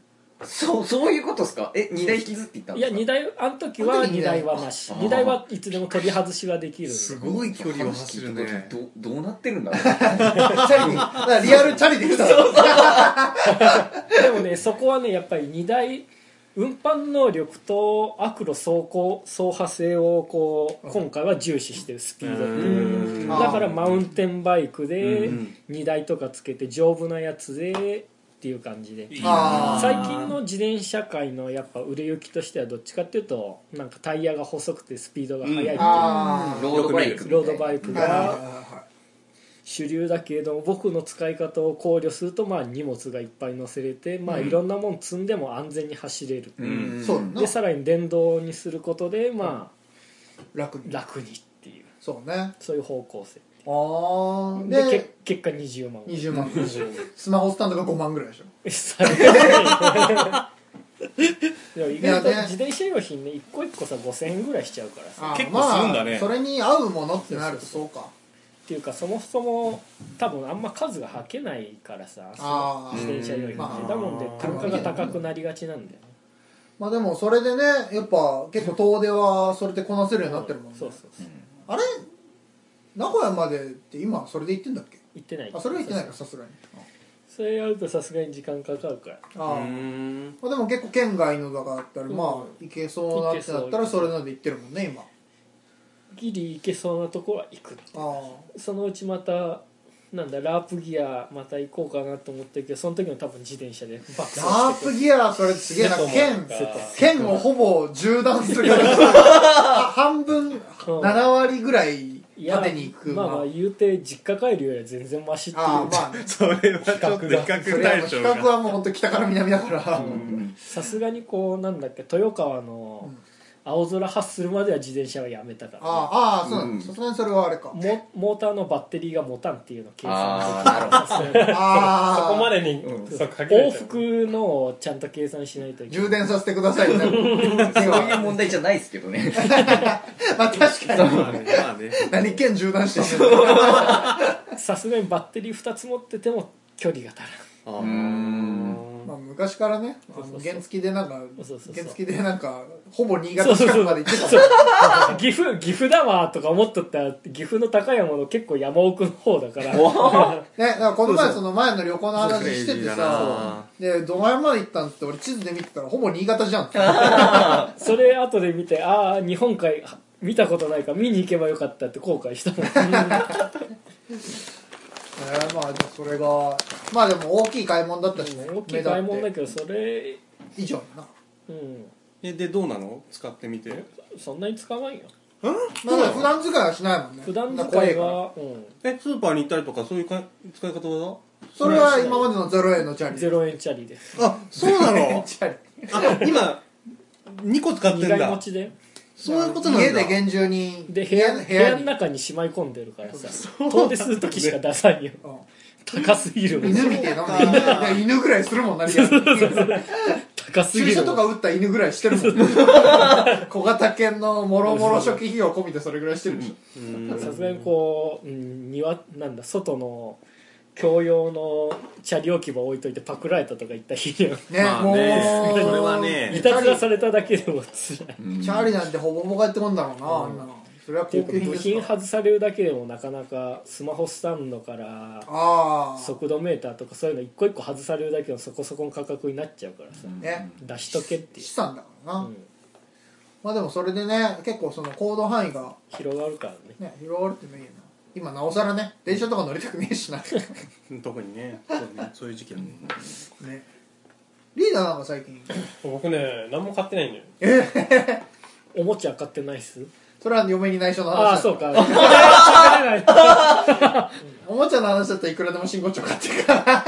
Speaker 3: そうそういうことですかえ二台引きずっていったん
Speaker 2: い
Speaker 3: です
Speaker 2: や
Speaker 3: か
Speaker 2: 荷台あの時は
Speaker 1: あの時
Speaker 2: 荷台はなし
Speaker 3: あー
Speaker 2: 荷台はいつでも取り外しはできるんです
Speaker 5: ごい距離を走るね
Speaker 3: どうどうなってるんだ ろ
Speaker 1: チャリにだからリアルチャリで行ったら
Speaker 2: でもねそこはねやっぱり荷台運搬能力と悪路走行走破性をこう今回は重視してるスピードっていううんだからマウンテンバイクで
Speaker 5: うん
Speaker 2: 荷台とかつけて丈夫なやつでっていう感じで
Speaker 1: あ
Speaker 2: 最近の自転車界のやっぱ売れ行きとしてはどっちかっていうとなんかタイヤが細くてスピードが速いっていう
Speaker 1: あ
Speaker 3: う
Speaker 1: ー
Speaker 3: ロードバイクみたいな
Speaker 2: ロードバイク
Speaker 1: はいはいはい
Speaker 2: が主流だけれども僕の使い方を考慮するとまあ荷物がいっぱい乗せれてまあいろんなもん積んでも安全に走れる
Speaker 1: はいそうだ
Speaker 2: で
Speaker 1: な
Speaker 2: さらに電動にすることでま
Speaker 1: 楽
Speaker 2: あ
Speaker 1: に
Speaker 2: 楽にっていう
Speaker 1: そうね
Speaker 2: そういう方向性
Speaker 1: あー
Speaker 2: で
Speaker 1: で
Speaker 2: け結果20万
Speaker 1: 20万スマホスタンドが5万ぐらいでしょ
Speaker 2: されてでも意外と
Speaker 1: いやね
Speaker 2: 自転車用品ね一個一個さ5000円ぐらいしちゃうからさ
Speaker 1: あー
Speaker 5: 結構するんだね
Speaker 1: まあそれに合うものってなるとそうか
Speaker 2: っていうかそもそも多分あんま数が履けないからさ
Speaker 1: あ
Speaker 2: 自
Speaker 1: ー
Speaker 2: 転車用品
Speaker 1: まあ
Speaker 2: ってだもんで単価が高くなりがちなんだよね
Speaker 1: まあでもそれでねやっぱ結構遠出はそれでこなせるようになってるもんね
Speaker 2: そうそうそう
Speaker 1: あれ名古屋までって今それで行ってんだっけ
Speaker 2: 行ってない
Speaker 1: あそれは行ってないかさすがに
Speaker 2: それやるとさすがに時間かかるから
Speaker 1: ああ
Speaker 5: う
Speaker 1: ー
Speaker 5: ん
Speaker 1: まあでも結構県外のだからだったらまあ
Speaker 2: う
Speaker 1: 行けそうなってなったらそれので行ってるもんね今
Speaker 2: ギリ行けそうなところは行く
Speaker 1: あ
Speaker 2: そのうちまたなんだラープギアまた行こうかなと思ってるけどその時も多分自転車で爆走
Speaker 1: あラー
Speaker 2: してく
Speaker 1: プ
Speaker 2: る
Speaker 1: ギアそれすげえな
Speaker 4: 瀬戸も
Speaker 1: 県
Speaker 4: 瀬
Speaker 1: 県をほぼ縦断するは半分7割ぐらい
Speaker 2: いや
Speaker 1: 縦に行く
Speaker 2: まあまあ言うて実家帰るよりは全然マシっていう
Speaker 1: ああまあね
Speaker 5: それはちょっと比
Speaker 1: そ
Speaker 5: 較
Speaker 1: れはもう
Speaker 5: 対
Speaker 1: 比
Speaker 5: 象
Speaker 1: 較
Speaker 5: が
Speaker 1: はもう本当北から南だから
Speaker 2: さすがにこうなんだっけ豊川の青空発するまでは自転車はやめたから、
Speaker 1: ああああそうな
Speaker 3: うんん
Speaker 1: ださすがにそれはあれか
Speaker 2: モモーターのバッテリーが持たんっていうのを計算
Speaker 3: ああなるほど
Speaker 1: ああ
Speaker 4: そこまでに、そうかけら
Speaker 2: 往
Speaker 4: れちゃう
Speaker 2: 復のをちゃんと計算しないといけな
Speaker 1: 充
Speaker 2: い
Speaker 1: 電させてくださいみたいな
Speaker 3: そういう問題じゃないですけどね
Speaker 1: まあ確かに
Speaker 5: まあねまあね
Speaker 1: 何件縦断してんの
Speaker 2: さすがにバッテリー2つ持ってても距離が足らん
Speaker 5: あ
Speaker 3: うーん
Speaker 1: まあ昔からねあ
Speaker 2: そうそうそ
Speaker 1: の
Speaker 2: う
Speaker 1: 原付でなんか
Speaker 2: そうそうそう
Speaker 1: 原付でなんかほぼ新
Speaker 2: そう
Speaker 1: 潟
Speaker 2: そう
Speaker 1: 近
Speaker 2: そ
Speaker 1: く
Speaker 2: う
Speaker 1: まで行ってた
Speaker 2: そ
Speaker 1: もん
Speaker 2: う 岐阜岐阜だわとか思っとったら岐阜の高山の結構山奥の方だから
Speaker 1: ねだからこの前その前の旅行の話してて
Speaker 5: そうそう
Speaker 1: さでどの辺まで行ったんって俺地図で見てたらほぼ新潟じゃんって
Speaker 2: それ後で見てああ日本海見たことないから見に行けばよかったって後悔したもん
Speaker 1: えーまあじゃあそれがまあでも大きい買い物だったしね
Speaker 2: 大きい買い物だ
Speaker 1: 目立って
Speaker 2: けどそれ
Speaker 1: 以上だな
Speaker 2: うん
Speaker 5: えでどうなの使ってみて
Speaker 2: そんなに使わんよ
Speaker 1: まあだから普段使いはしないもんね
Speaker 2: 普段
Speaker 1: だから
Speaker 2: 使
Speaker 1: 怖
Speaker 2: い
Speaker 1: から
Speaker 2: は、う
Speaker 5: えスーパーに行ったりとかそういうか使い方は
Speaker 1: それは今までの0円のチャ
Speaker 2: ん、
Speaker 1: リ
Speaker 2: 0円チャリで
Speaker 5: あそうなの
Speaker 1: チャリ
Speaker 5: あ今2個使ってん
Speaker 2: 2台持
Speaker 5: だ
Speaker 2: ちで
Speaker 5: そういうことなんだ
Speaker 1: 家で厳重に
Speaker 2: で部屋部屋の
Speaker 1: に
Speaker 2: 中にしまい込んでるからさ
Speaker 5: そう
Speaker 2: 遠出する時しか出さんよ高すぎるもん
Speaker 1: 犬みてえな
Speaker 5: そうか
Speaker 1: 犬犬ぐらいするもんなりや
Speaker 2: 高す
Speaker 1: 注
Speaker 2: ぎ
Speaker 1: 射
Speaker 2: る
Speaker 1: と
Speaker 2: も
Speaker 1: か
Speaker 2: ん
Speaker 1: 打った犬ぐらいしてるもん小型犬のもろもろ初期費用込みでそれぐらいしてるでしょ
Speaker 5: うん
Speaker 2: さすがにこう、うん、庭なんだ外の共用の車両置き場置いといてパクられたとか言った日には
Speaker 1: ね、
Speaker 5: まあ
Speaker 1: もう
Speaker 5: ねそれはね
Speaker 2: いたずらされただけでも辛い
Speaker 3: うん
Speaker 1: チャーリーなんてほぼほぼ帰ってこんだろうな、あんなのそれは
Speaker 2: ってい
Speaker 1: 高
Speaker 2: うか
Speaker 1: 級品で
Speaker 2: 部
Speaker 1: す
Speaker 2: 品
Speaker 1: か
Speaker 2: 外されるだけでもなかなかスマホスタンドから
Speaker 1: ああ
Speaker 2: 速度メーターとかそういうの一個一個外されるだけのそこそこの価格になっちゃうからさ
Speaker 1: ね
Speaker 2: 出しとけっていう
Speaker 1: 資、産だからな、
Speaker 2: うん、
Speaker 1: まあでもそれでね結構その行動範囲が
Speaker 2: 広がるからね
Speaker 1: ね広がるっていうのいいな今なおさらね電車とか乗りたくねえしな
Speaker 5: 特にねそうねそういう時期はね
Speaker 1: ねリーダーなんか最近
Speaker 4: 僕ね何も買ってないんだよ
Speaker 2: おもちゃ買ってないっす
Speaker 1: それは嫁に内緒の話だ
Speaker 2: ああそうか買ってない
Speaker 1: おもちゃの話だったらいくらでも新ごちょ買ってるから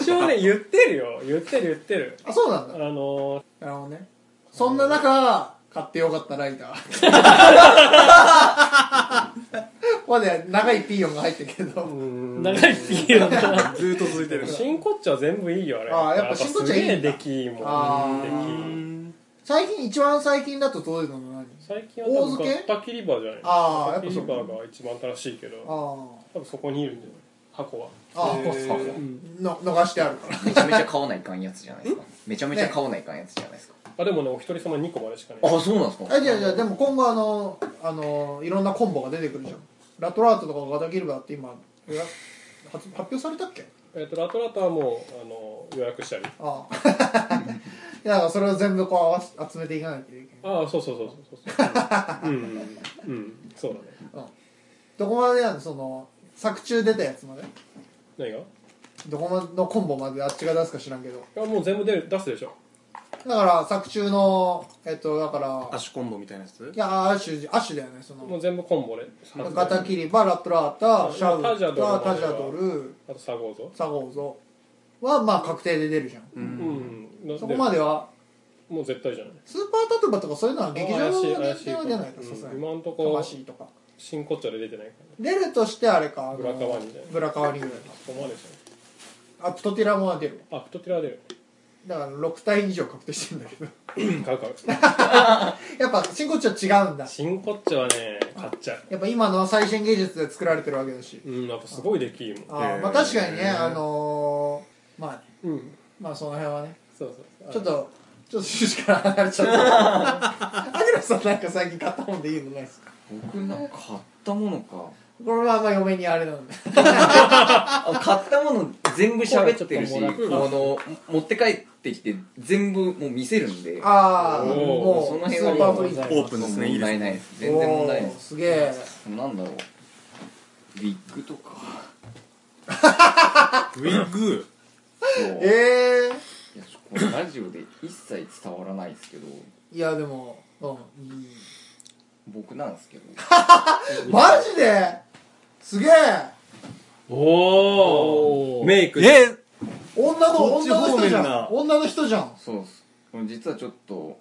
Speaker 4: 一応ね言ってるよ言ってる言ってる
Speaker 1: あそうなん
Speaker 4: あ
Speaker 1: だ
Speaker 4: の
Speaker 1: なるほどねそんな中買ってよかったライター まだ長いピーヨンが入ってるけど
Speaker 2: 長いピーヨンが
Speaker 5: ずーっと続いてる
Speaker 4: 真骨頂は全部いいよあれ
Speaker 1: あーやっぱ真骨頂いいんだ
Speaker 4: やっぱすげえできいいも
Speaker 1: あ
Speaker 4: ん
Speaker 1: ー
Speaker 4: でき
Speaker 1: 最近一番最近だと届いたのは何
Speaker 4: 最近は多
Speaker 1: 大漬
Speaker 4: 分ガ
Speaker 1: け
Speaker 4: ッタキリバーじゃない
Speaker 1: あー
Speaker 4: ガッタキリバーが一番新しいけど
Speaker 1: あ
Speaker 4: 多分そこにいるんだよ箱は
Speaker 1: あああ
Speaker 5: へー
Speaker 1: の逃してあるから
Speaker 3: めちゃめちゃ買わないかんやつじゃないですかめちゃめちゃ買わないかんやつじゃないですか
Speaker 4: あでもねお一人様2個までしかね
Speaker 3: あそうなんですか
Speaker 1: えじゃあじゃあでも今後あのあのいろんなコンボが出てくるじゃんラトラートとかガタギルバーって今えら発発表されたっけ
Speaker 4: えっとラトラタはもうあの予約したり
Speaker 1: ああ いやそれを全部こう合わせ集めていかないといけない
Speaker 4: ああそうそうそうそう そううんうんうんそうだね
Speaker 1: どこまでやんその作中出たやつまで
Speaker 4: 何がい
Speaker 1: どこまでのコンボまであっちが出すか知らんけど
Speaker 4: やもう全部出る出すでしょ
Speaker 1: だから作中のえっとだから
Speaker 5: アッシュコンボみたいなやつ
Speaker 1: いやアッシュアッシュだよねそ
Speaker 4: もう
Speaker 1: の
Speaker 4: 全部コンボで発売
Speaker 1: ガタキリバラトラータシャウ
Speaker 4: タジャドル
Speaker 1: タ
Speaker 4: までは
Speaker 1: タジャドル
Speaker 4: あとサゴーゾ
Speaker 1: サゴーゾはまあ確定で出るじゃん、
Speaker 4: う
Speaker 5: う
Speaker 4: んん
Speaker 1: そこまでは
Speaker 4: もう絶対じゃない
Speaker 1: スーパータトゥバとかそういうのは劇場
Speaker 4: 怪しい
Speaker 1: で
Speaker 4: 怪しい
Speaker 1: 出は出ないかさすが
Speaker 4: うん
Speaker 1: に
Speaker 4: 今んと
Speaker 1: カ
Speaker 4: こ
Speaker 1: ワシとか
Speaker 4: 真骨頂で出てないから
Speaker 1: 出るとしてあれかあの
Speaker 4: ブラカワニだよ
Speaker 1: ブラカワニぐらいか
Speaker 4: ここまでじ
Speaker 1: あプトティラモは出る
Speaker 4: ゃんあプトティラ出る
Speaker 1: だから6体以上確定してんだけど
Speaker 4: 買 う買う
Speaker 1: やっぱ真骨頂違うんだ
Speaker 4: 真骨頂はね買っちゃう
Speaker 1: やっぱ今の最新技術で作られてるわけだし、
Speaker 4: うんやっぱすごいできいいもん
Speaker 1: あーまあ
Speaker 5: へー
Speaker 1: 確かにねあのー、まあね
Speaker 4: うん
Speaker 1: まあその辺はね
Speaker 4: そうそう
Speaker 1: ちょっとちょっと趣旨から離れちゃったアキラさんなんか最近買ったもんでいいのないですか
Speaker 3: 僕なんか買ったものか
Speaker 1: これはまあ嫁にあれなんで
Speaker 3: あ買ったもの全部喋ってるし
Speaker 2: こ
Speaker 3: こ
Speaker 2: れちょっと
Speaker 3: の持って帰ってきて全部もう見せるんで
Speaker 1: ああ
Speaker 4: おー
Speaker 1: もう
Speaker 3: その
Speaker 1: ス
Speaker 3: 辺
Speaker 1: ーパ
Speaker 3: は
Speaker 1: ー
Speaker 3: も
Speaker 1: フ
Speaker 3: う
Speaker 1: リ
Speaker 2: ありがと
Speaker 1: ー
Speaker 5: オープ
Speaker 2: うございます
Speaker 5: ンですねいい
Speaker 3: 問
Speaker 5: です
Speaker 3: 題
Speaker 5: ね
Speaker 3: ないです全然問題
Speaker 1: お
Speaker 3: ないで
Speaker 1: ー
Speaker 3: す
Speaker 1: すげえ
Speaker 3: なんだろうビッグとか
Speaker 5: ウィッグ
Speaker 3: そう
Speaker 1: え
Speaker 3: い
Speaker 1: え
Speaker 3: やこれラジオで一切伝わらないですけど
Speaker 1: ー、いやでもうんいい
Speaker 3: 僕なんですけど
Speaker 1: マジですげえ
Speaker 4: おお
Speaker 2: おー
Speaker 5: メイク
Speaker 6: えー
Speaker 1: 女の
Speaker 5: こっち
Speaker 1: 女の
Speaker 5: 方
Speaker 1: 人
Speaker 5: 面
Speaker 1: じ
Speaker 5: だ
Speaker 1: ゃん女の人じゃん
Speaker 3: そうっすこれ実はちょっと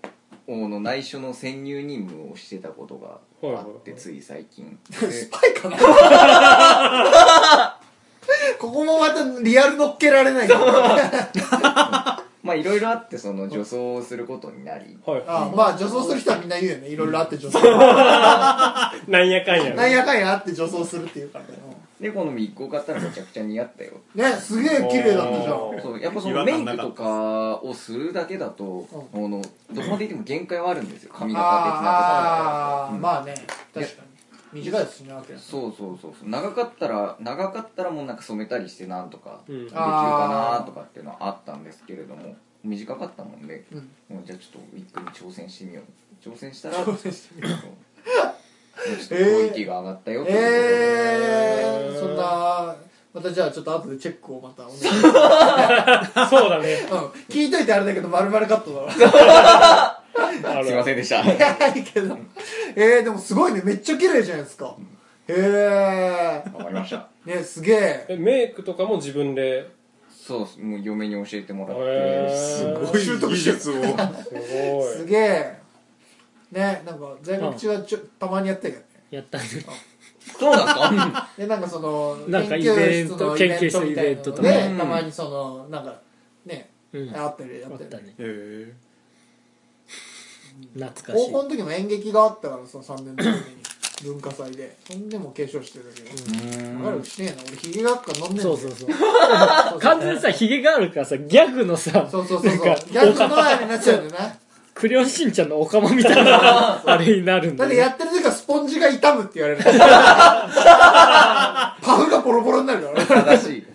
Speaker 3: 王の内緒の潜入任務をしてたことがあ
Speaker 4: はいは
Speaker 3: っ
Speaker 4: いは
Speaker 3: て
Speaker 4: い
Speaker 3: つい最近
Speaker 1: スパイかな ここもまたリアル乗っけられないけど
Speaker 3: まあいろいろあってその女装をすることになり
Speaker 4: はい
Speaker 1: あまあ女装する人はみんな言うよねいろいろあって女装
Speaker 4: なんやかんや
Speaker 1: なんやかんやあって女装するっていうからね
Speaker 3: でこのビッグを買ったらめちゃくちゃ似合ったよ
Speaker 1: ねすげえ綺麗だったじゃん
Speaker 4: おー
Speaker 3: そうやっぱそ
Speaker 5: 違
Speaker 3: の
Speaker 5: 和
Speaker 3: メ
Speaker 5: 感
Speaker 3: イ
Speaker 5: な
Speaker 3: ク
Speaker 5: か
Speaker 3: と
Speaker 5: っ
Speaker 3: かをするだけだと、あのどこまでいっても限界はあるんですよ髪型的な
Speaker 1: あーあ
Speaker 3: ところ
Speaker 1: ー
Speaker 3: うん
Speaker 1: まあね確かに短いですねわけです
Speaker 3: そうそうそうそう長かったら長かったらもうなんか染めたりしてなんとか
Speaker 4: う
Speaker 3: で
Speaker 4: ん
Speaker 3: きるかなとかっていうのはあったんですけれども短かったもんで、
Speaker 1: うん
Speaker 3: もうじゃあちょっとウィッグに挑戦してみよう挑戦したらそうもうちょっとクオリティが上がったよっていう
Speaker 1: えー、そんなまたじゃあちょっと後でチェックをまたお願いします
Speaker 4: そうだね
Speaker 1: うん聞いといてあれだけど丸々カットだわ
Speaker 4: あ
Speaker 3: すいませんでした
Speaker 1: いやいいけどえー、でもすごいねめっちゃ綺麗じゃないですかへえ
Speaker 3: わかりました
Speaker 1: ねすげえ
Speaker 4: えメイクとかも自分で
Speaker 3: そうっすもう嫁に教えてもらって、
Speaker 4: へ
Speaker 5: す
Speaker 4: ー
Speaker 5: ごい技 術を
Speaker 1: す
Speaker 4: すごい
Speaker 1: げえねなんか在学中はちょたまにやってたけどね
Speaker 2: やったね
Speaker 3: そうなんですか
Speaker 1: でなんかその
Speaker 2: なんか
Speaker 1: 研究
Speaker 2: イベ
Speaker 1: 室
Speaker 2: ン
Speaker 1: の
Speaker 2: ト
Speaker 1: イベントみたいなの
Speaker 2: 研究室イベントと
Speaker 1: で
Speaker 2: かね
Speaker 3: うん
Speaker 1: たまにそのなんかね
Speaker 2: うんあ
Speaker 1: あったりあ
Speaker 2: っ
Speaker 1: った
Speaker 2: た
Speaker 1: り
Speaker 2: ね
Speaker 5: へ
Speaker 2: 懐かし
Speaker 1: 高
Speaker 2: い
Speaker 1: 校の時も演劇があったからその3年の時に文化祭でそんでも継承してたけど
Speaker 3: うーん
Speaker 1: 分かるしねえな俺ヒゲ学科飲んでんだ
Speaker 2: そ
Speaker 1: よ
Speaker 2: うそうそう完全にさヒゲがあるからさギャグのさ
Speaker 1: そうそうそうそう
Speaker 2: なんか
Speaker 1: ギャグの前になっちゃうんだよね
Speaker 2: クレヨンしんちゃんのオカマみたい なあれになるん
Speaker 1: だ
Speaker 2: だ
Speaker 1: って
Speaker 2: ね
Speaker 1: やってる時はスポンジが痛むって言われ るパフがボロボロになるから
Speaker 3: 正しい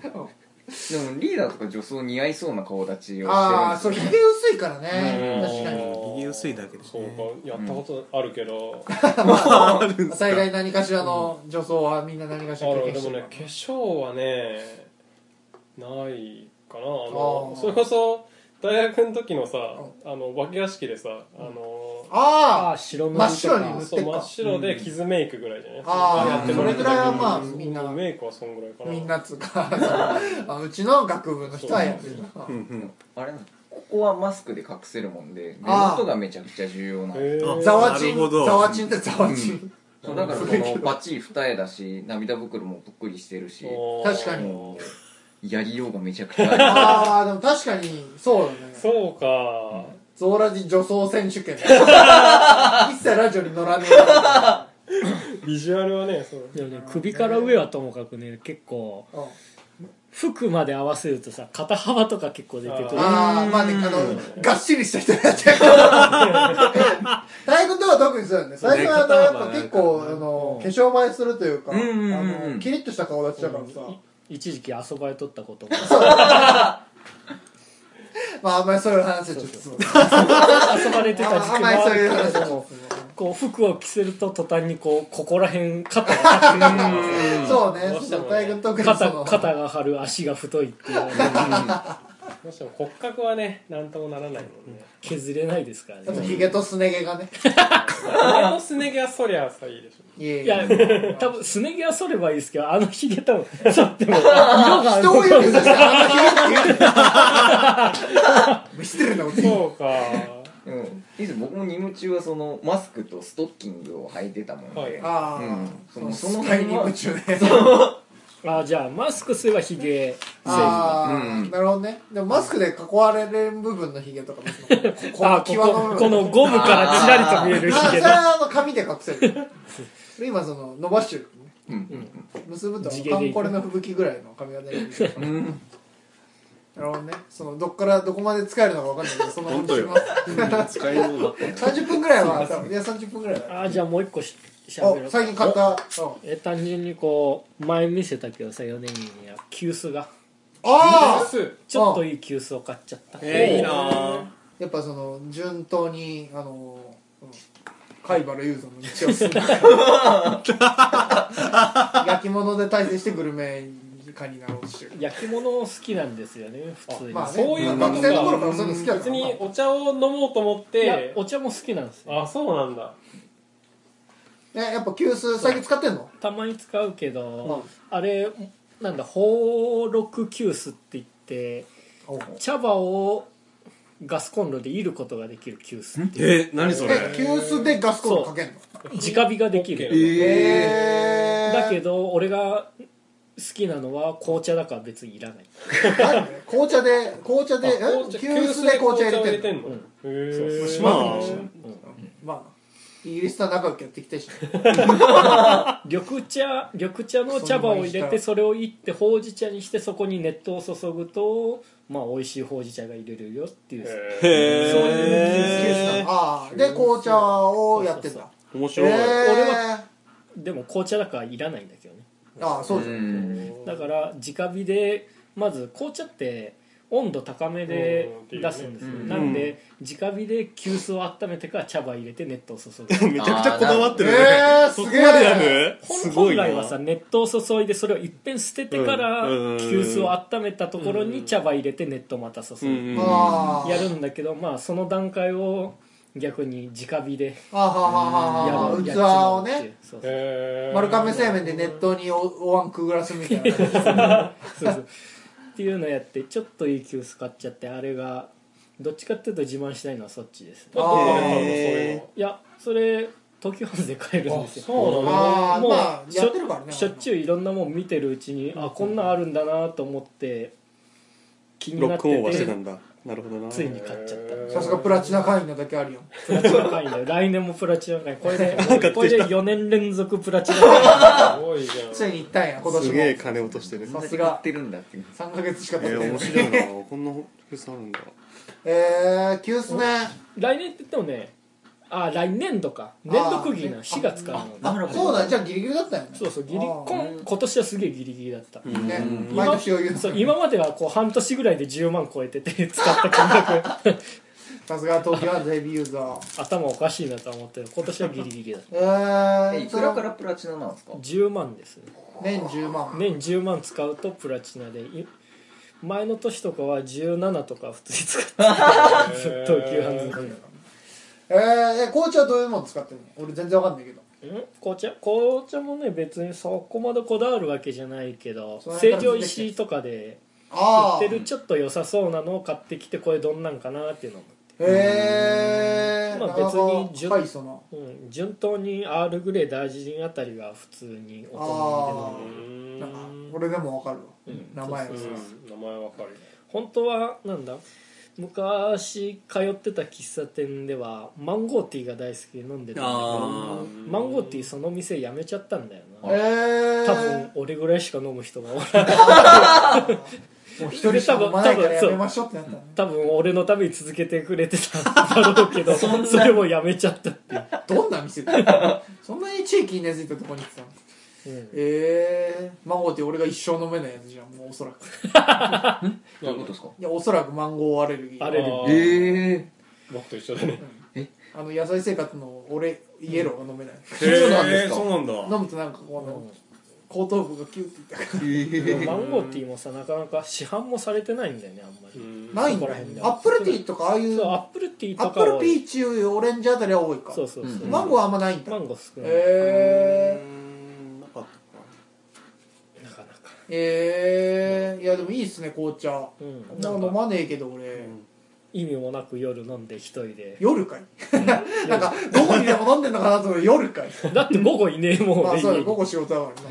Speaker 3: でもリーダーとか女装似合いそうな顔立ちを
Speaker 1: ああそ
Speaker 3: して
Speaker 1: う
Speaker 3: るん
Speaker 1: ヒ
Speaker 3: で
Speaker 1: ゲ
Speaker 3: すね
Speaker 1: 薄いからね
Speaker 3: うん
Speaker 1: 確かに
Speaker 5: え右薄いだけです
Speaker 4: そう
Speaker 5: ね
Speaker 4: かやったことあるけど、
Speaker 1: 災害何かしらの女装はみんな何かしら
Speaker 4: あの
Speaker 1: 経
Speaker 4: で
Speaker 1: 験して
Speaker 4: も
Speaker 1: る
Speaker 4: ね
Speaker 1: か
Speaker 4: 化粧はねないかなあの
Speaker 1: あー
Speaker 4: それこそ大学の時のさあのお化け屋敷でさあの
Speaker 1: らああ
Speaker 2: あー白
Speaker 1: 真っ白に塗っ
Speaker 4: そ
Speaker 1: て
Speaker 4: う
Speaker 1: っ
Speaker 4: 真っ
Speaker 1: か
Speaker 4: 白で傷メイクぐらいじゃない、
Speaker 1: あー
Speaker 4: やってもらえた時
Speaker 1: それぐら
Speaker 4: に
Speaker 1: いはまあみんな
Speaker 4: メイクはそんぐらいかな
Speaker 1: みんなっつうかあうちの学部の人はやってるな
Speaker 5: うんうん
Speaker 3: あれなんですここはマスクで隠せるもんで目
Speaker 1: あー
Speaker 3: 元がめちゃくちゃ重要なんです
Speaker 4: へー
Speaker 1: ざわち
Speaker 5: なる
Speaker 1: ん
Speaker 5: ほど
Speaker 1: ざわちんってざわちん
Speaker 3: そうだからこ のバッチリ二重だし涙袋もぷっくりしてるし
Speaker 4: おー
Speaker 1: 確かに
Speaker 3: もうやりようがめちゃくちゃ あ
Speaker 1: ああでも確かにそうだね
Speaker 4: そうか
Speaker 1: ゾーラジ女装選手 権一切ラジオに乗らね
Speaker 4: ビジュアルはねそう
Speaker 2: でもね首から上はともかくね結構
Speaker 1: えうん
Speaker 2: 服まで合わせるとさ肩幅とか結構出てくる
Speaker 1: ああまあねあのがっしりした人になっちゃう大学とは特にそうだよね最初はあのやっぱ結構あの化粧映えするというかあ
Speaker 3: うんうんうんうん
Speaker 1: のキリッとした顔立ちだからさ
Speaker 2: 一時期遊ばれとったことも
Speaker 1: まああんまりそういう話はちょっと
Speaker 2: 遊ばれてた時
Speaker 1: あ
Speaker 2: 期
Speaker 1: ん
Speaker 2: も
Speaker 1: まり
Speaker 2: あ
Speaker 1: そうい
Speaker 2: る
Speaker 1: う
Speaker 2: け
Speaker 1: 話は
Speaker 2: ど
Speaker 1: ちょっ
Speaker 2: も
Speaker 1: と
Speaker 2: こう服を着せると途端にこうここら辺肩 が
Speaker 1: そうね
Speaker 4: どうしてもね
Speaker 1: 大学特にそ
Speaker 2: 肩
Speaker 1: の
Speaker 2: 肩が張る足が太いっていうのは
Speaker 4: どうしても骨格はねなんともならないもんね
Speaker 2: 削れないですから
Speaker 1: あと
Speaker 2: ね
Speaker 1: ヒゲとスネ毛がね
Speaker 4: あのすね毛はそりゃさいいでしょ
Speaker 1: いや
Speaker 2: い
Speaker 1: い
Speaker 2: や
Speaker 1: や
Speaker 2: 多分すね毛は剃ればいいですけどあのひげ多分剃っても色がある
Speaker 1: 人を指さしてあのヒゲって言う見捨てるな俺
Speaker 4: そうか
Speaker 3: ーうん以前僕も任務中はそのマスクとストッキングを履いてたもんで、
Speaker 4: はい
Speaker 1: あ
Speaker 3: うんそ
Speaker 1: あ
Speaker 3: の
Speaker 1: そ
Speaker 3: そ
Speaker 1: の
Speaker 3: の
Speaker 1: スカイ
Speaker 3: 辺
Speaker 1: に
Speaker 3: は
Speaker 1: 夢中で
Speaker 2: あじゃあマスクすればひげ
Speaker 1: あ
Speaker 3: う
Speaker 1: ー
Speaker 3: ん
Speaker 1: なるほどねでもマスクで囲われる部分のヒゲとかもその
Speaker 2: あこここのゴムからちらりと見える
Speaker 1: あ
Speaker 2: ひ
Speaker 1: それ
Speaker 2: げの
Speaker 1: はあの紙で隠せるそれ今その伸ばしてるね
Speaker 3: うん
Speaker 1: 結ぶと
Speaker 2: 地毛で
Speaker 1: カ
Speaker 2: いく
Speaker 1: ンコレの吹雪ぐらいの髪型になる
Speaker 3: うん
Speaker 1: なるほどねそのどっからどこまで使えるのかわかんないけどその
Speaker 5: 本当よ使いようだった
Speaker 1: 30分ぐらいは多分いや30分ぐらいは
Speaker 2: あじゃあもう一個ししゃべろ
Speaker 1: お
Speaker 2: う
Speaker 1: 最近買ったうん
Speaker 2: え単純にこう前見せたけどさ4年には急須が
Speaker 1: ああ
Speaker 4: す
Speaker 2: ちょっといい急須を買っちゃった
Speaker 5: えーいいなあ
Speaker 1: やっぱその順当にあのうん貝原雄三の道を進んで 焼き物で対戦してグルメ化になろうとしてる
Speaker 2: 焼き物好きなんですよね普通に、
Speaker 1: まあね、
Speaker 4: そういうことか
Speaker 1: 学生の頃からそういうの好きだった
Speaker 4: 別
Speaker 1: から
Speaker 4: にお茶を飲もうと思っ
Speaker 2: いや
Speaker 4: て
Speaker 2: お茶も好きなんですよ
Speaker 4: あそうなんだ
Speaker 1: えやっぱ急須最近使ってんの
Speaker 2: たまに使うけど、あれなんだ宝禄急須って言って茶葉をガスコンロで煎ることができる急須っていう
Speaker 5: え何そ
Speaker 1: え
Speaker 5: れ
Speaker 1: 急須でガスコンロかけんの
Speaker 2: 直火ができる、
Speaker 4: OK
Speaker 1: え
Speaker 2: だけ
Speaker 1: ど
Speaker 2: ど俺が好きなのは紅茶だから別にいらない
Speaker 1: 紅茶で紅茶でえ
Speaker 4: 紅茶
Speaker 1: 急須で紅茶入れてんの
Speaker 4: んの
Speaker 2: うん
Speaker 4: へえ
Speaker 5: 島国の島
Speaker 1: まあイギリスとは仲良くやってきてるし
Speaker 2: 緑茶緑茶の茶葉を入れてそれをいってほうじ茶にしてそこに熱湯を注ぐとまあ美味しいほうじ茶が入れるよっていう
Speaker 4: へえ
Speaker 5: へ
Speaker 2: そうい
Speaker 5: え
Speaker 1: ああで紅茶をやってんだ
Speaker 5: 面白い、
Speaker 1: 俺
Speaker 2: 俺でも紅茶だからいらないんだけどね
Speaker 1: ああそうじゃん
Speaker 2: だから直火でまず紅茶って温度高めで
Speaker 4: うん
Speaker 2: 出すんです
Speaker 3: う
Speaker 2: よ、
Speaker 3: ん
Speaker 2: なんで直火で急須を温めてから茶葉入れて熱湯を注ぐ
Speaker 5: めちゃくちゃこだわってるね
Speaker 1: あーなるほど
Speaker 5: そこまでや
Speaker 1: えーすげ
Speaker 5: る す
Speaker 2: 本
Speaker 5: ご
Speaker 2: 本
Speaker 5: いな
Speaker 2: 来はさ熱湯を注いでそれをいっぺん捨ててから
Speaker 5: うんうんうん
Speaker 2: 急須を温めたところに茶葉入れて熱湯また注
Speaker 5: うん
Speaker 2: ぐ
Speaker 5: うん
Speaker 1: ああ
Speaker 2: やるんだけどまあその段階を逆に直火で
Speaker 1: ああは
Speaker 2: や
Speaker 1: ははは
Speaker 2: るや
Speaker 1: 器
Speaker 2: つも
Speaker 1: を
Speaker 2: っていう
Speaker 1: ね
Speaker 2: そうそう
Speaker 4: へえ
Speaker 1: 丸亀製麺で熱湯におお椀くぐらすみたいな
Speaker 2: そうそうっていうのやってちょっと EQ 使っちゃってあれがどっちかっていうと自慢したいのはそっちですね
Speaker 4: どこで買うのそう
Speaker 1: あー
Speaker 4: いうの
Speaker 2: いやそれ東京ハウスで買えるんですよ
Speaker 4: そうなの
Speaker 1: あー
Speaker 2: もう
Speaker 1: まあ
Speaker 2: しょ
Speaker 1: やってるからね
Speaker 2: しょっちゅういろんなもん見てるうちにあこんなんあるんだなと思って気に
Speaker 5: ロ
Speaker 2: な
Speaker 5: ッ
Speaker 2: っ
Speaker 5: クオンは
Speaker 2: て
Speaker 5: してた
Speaker 2: て
Speaker 5: んだなるほどな
Speaker 2: ついに買っちゃった
Speaker 1: さすがプラチナ会員のだけあるよ
Speaker 2: プラチナ会 員だよ来年もプラチナ会員これで
Speaker 5: きた
Speaker 2: これで4年連続プラチナ会
Speaker 4: すごいじゃん
Speaker 1: ついに行ったんや今年
Speaker 5: す
Speaker 1: も
Speaker 5: げえ金落としてる
Speaker 1: さす
Speaker 3: それ
Speaker 1: が
Speaker 3: 売ってるんだっていう
Speaker 1: 3ヶ月しか経
Speaker 5: え
Speaker 1: って
Speaker 5: ー、面
Speaker 1: ない
Speaker 5: 白いなこんな服さんあるんだ
Speaker 1: えー急っすね
Speaker 2: 員来年って言ってもねあ来年度か年度区切りな4月からなの
Speaker 3: ああ
Speaker 1: そうだじゃあギリギリだったよね
Speaker 2: そうそうギリ
Speaker 1: あー
Speaker 2: こん今年はすげえギリギリだった
Speaker 1: ね
Speaker 5: うん
Speaker 1: 毎年余裕
Speaker 2: そう今まではこう半年ぐらいで10万超えてて 使った金額
Speaker 1: さすが東京はヘビーユーザー
Speaker 2: 頭おかしいなとは思ってる今年はギリギリだっ
Speaker 1: えー
Speaker 3: えいくらからプラチナなんですか
Speaker 2: た10万ですね
Speaker 1: 年10万
Speaker 2: 年10万使うとプラチナでい前の年とかは17とか普通に使ってた 東急ハンズの
Speaker 1: えー、え紅茶はどういうもの使ってるの俺全然わかんないけど
Speaker 2: ん紅茶紅茶もね別にそこまでこだわるわけじゃないけど
Speaker 1: その辺か
Speaker 2: 成
Speaker 1: ら
Speaker 2: 城石井とかで
Speaker 1: ああ
Speaker 2: 売ってるちょっと良さそうなのを買ってきてこれどんなんかなっていうのも、
Speaker 1: へえ
Speaker 2: まあ
Speaker 1: なかなか
Speaker 2: 別に
Speaker 1: 深いその
Speaker 2: うん、順当にアールグレーダージリンあたりが普通にお好みで飲む
Speaker 4: うん
Speaker 1: なんか俺でもわかるわ、名前
Speaker 4: う
Speaker 1: はさ
Speaker 4: ん名前わかる
Speaker 2: 本当はなんだ昔通ってた喫茶店ではマンゴーティーが大好きで飲んでたんだけ
Speaker 5: あ
Speaker 2: どマンゴーティーその店やめちゃったんだよな
Speaker 1: え
Speaker 2: 多分
Speaker 1: え
Speaker 2: 俺ぐらいしか飲む人がおらん
Speaker 1: もう一人しか飲まないから
Speaker 2: 多分
Speaker 1: やめましょうってなったのね
Speaker 2: 多分俺のために続けてくれてたんだろうけどそれもやめちゃったっていう、
Speaker 1: どんな店だそんなに地域に根付いたとこに行ってたの
Speaker 2: うん
Speaker 1: ええマンゴーって俺が一生飲めないやつじゃんもうおそらく
Speaker 3: どういうことですか
Speaker 1: いやおそらくマンゴーアレルギー
Speaker 2: アレルギー
Speaker 4: あー
Speaker 3: ええ
Speaker 4: 僕と一緒だね
Speaker 1: あの野菜生活の俺イエローが飲めない、
Speaker 3: そうなんですか
Speaker 5: そうなんだ
Speaker 1: 飲むとなんかこの後頭部がキュッていった
Speaker 2: でもマンゴーティーもさなかなか市販もされてないんだよねあんまり、
Speaker 1: ないん
Speaker 2: そこら
Speaker 1: だよ
Speaker 2: 辺
Speaker 1: ね
Speaker 2: で
Speaker 1: アップルティーとかああいう
Speaker 2: そうア
Speaker 1: ア
Speaker 2: ップルティーと
Speaker 1: ッ
Speaker 2: か
Speaker 1: プル
Speaker 2: は
Speaker 1: ピーチオレンジあたりは多いか
Speaker 2: そうそうそう、
Speaker 3: うん
Speaker 1: マンゴーはあんまないんだ
Speaker 2: マンゴー少ない、
Speaker 1: へ
Speaker 5: うんなかった
Speaker 2: なかなか
Speaker 1: ええー、いやでもいいっすね紅茶
Speaker 2: うん
Speaker 1: なんか飲まねえけど俺、
Speaker 2: 意味もなく夜飲んで一人で
Speaker 1: 夜かい なんか午後にでも飲んでんのかなと思う夜かい
Speaker 2: だって午後いねえもん
Speaker 1: まあ
Speaker 2: 俺
Speaker 1: そう
Speaker 2: 家
Speaker 1: だ午
Speaker 2: に
Speaker 1: 後仕事だからな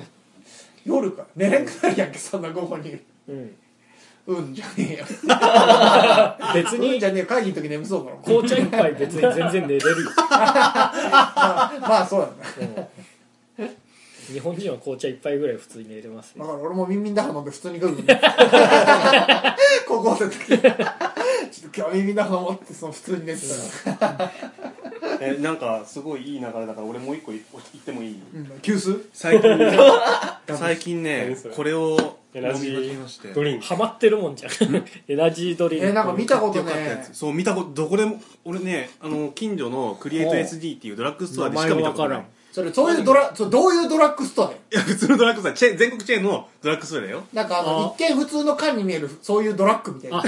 Speaker 1: 夜かい寝れんくなるやんけそんな午後に
Speaker 2: うん
Speaker 1: うんじゃねえよ
Speaker 2: 別
Speaker 1: うん
Speaker 2: に
Speaker 1: じゃねえよ会議の時眠 そうだろ
Speaker 2: 紅茶一杯別に全然寝れるよ、
Speaker 1: まあそうだな
Speaker 2: うん日本人は紅茶一杯ぐらい普通に寝れます
Speaker 1: だ
Speaker 2: よ
Speaker 1: から俺もミンミンダハ飲んで普通にグーグ ー高校生の時ちょっと今日ミンミンダハ持ってその普通に寝てたから
Speaker 5: えなんかすごいいい流れだから俺もう一個い言ってもいい
Speaker 1: うん急須
Speaker 5: 最近 最近ね
Speaker 4: 何それ
Speaker 5: これを
Speaker 4: エナジ
Speaker 5: 飲み始めまして
Speaker 4: ードリンク
Speaker 2: ハマってるもんじゃんエナジードリンク
Speaker 1: えなんか見たこと
Speaker 5: 買ったや
Speaker 1: ね
Speaker 5: つそう見たことどこでも俺ねあの近所のクリエイト SD っていうドラッグストアでしか見たことない
Speaker 2: 名前わからん
Speaker 1: それそういうドラそうどういうドラッグストアで
Speaker 5: いや普通のドラッグストアチェーン全国チェーンのドラッグストアだよ
Speaker 1: なんかあの一見普通の缶に見えるそういうドラッグみたいな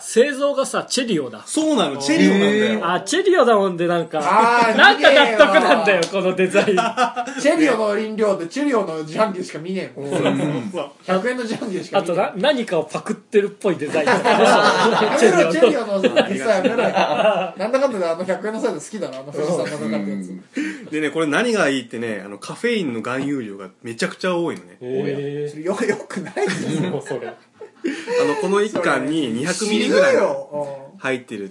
Speaker 2: 製造がさチェリオだ
Speaker 5: そうなのチェリオなんだよ
Speaker 2: あチェリオだもんでなんか
Speaker 1: あー
Speaker 2: なんか納得なん
Speaker 1: 見ねえ
Speaker 2: だ
Speaker 1: よ
Speaker 2: よこのデザインあ
Speaker 1: チェリオの飲料でチェリオの自販機でしか見ねえもん
Speaker 5: そう
Speaker 1: 100円の自販機でしか見ね
Speaker 2: と
Speaker 1: え
Speaker 2: な何かをパクってるっぽいデザイン
Speaker 1: や
Speaker 2: チェ
Speaker 1: め
Speaker 2: リオ
Speaker 1: ろ
Speaker 2: の
Speaker 1: チェリオの実際やめろよなんだかんだであの100円のサイズ好きだなあの富士山のかかったやつ
Speaker 5: でねこれ何がいいってねあのカフェインの含有量がめちゃくちゃ多いのね
Speaker 4: え
Speaker 1: それよよくないです
Speaker 4: えもうそれ
Speaker 5: あのこの1缶に200ミリぐらい
Speaker 1: よ
Speaker 5: 入ってる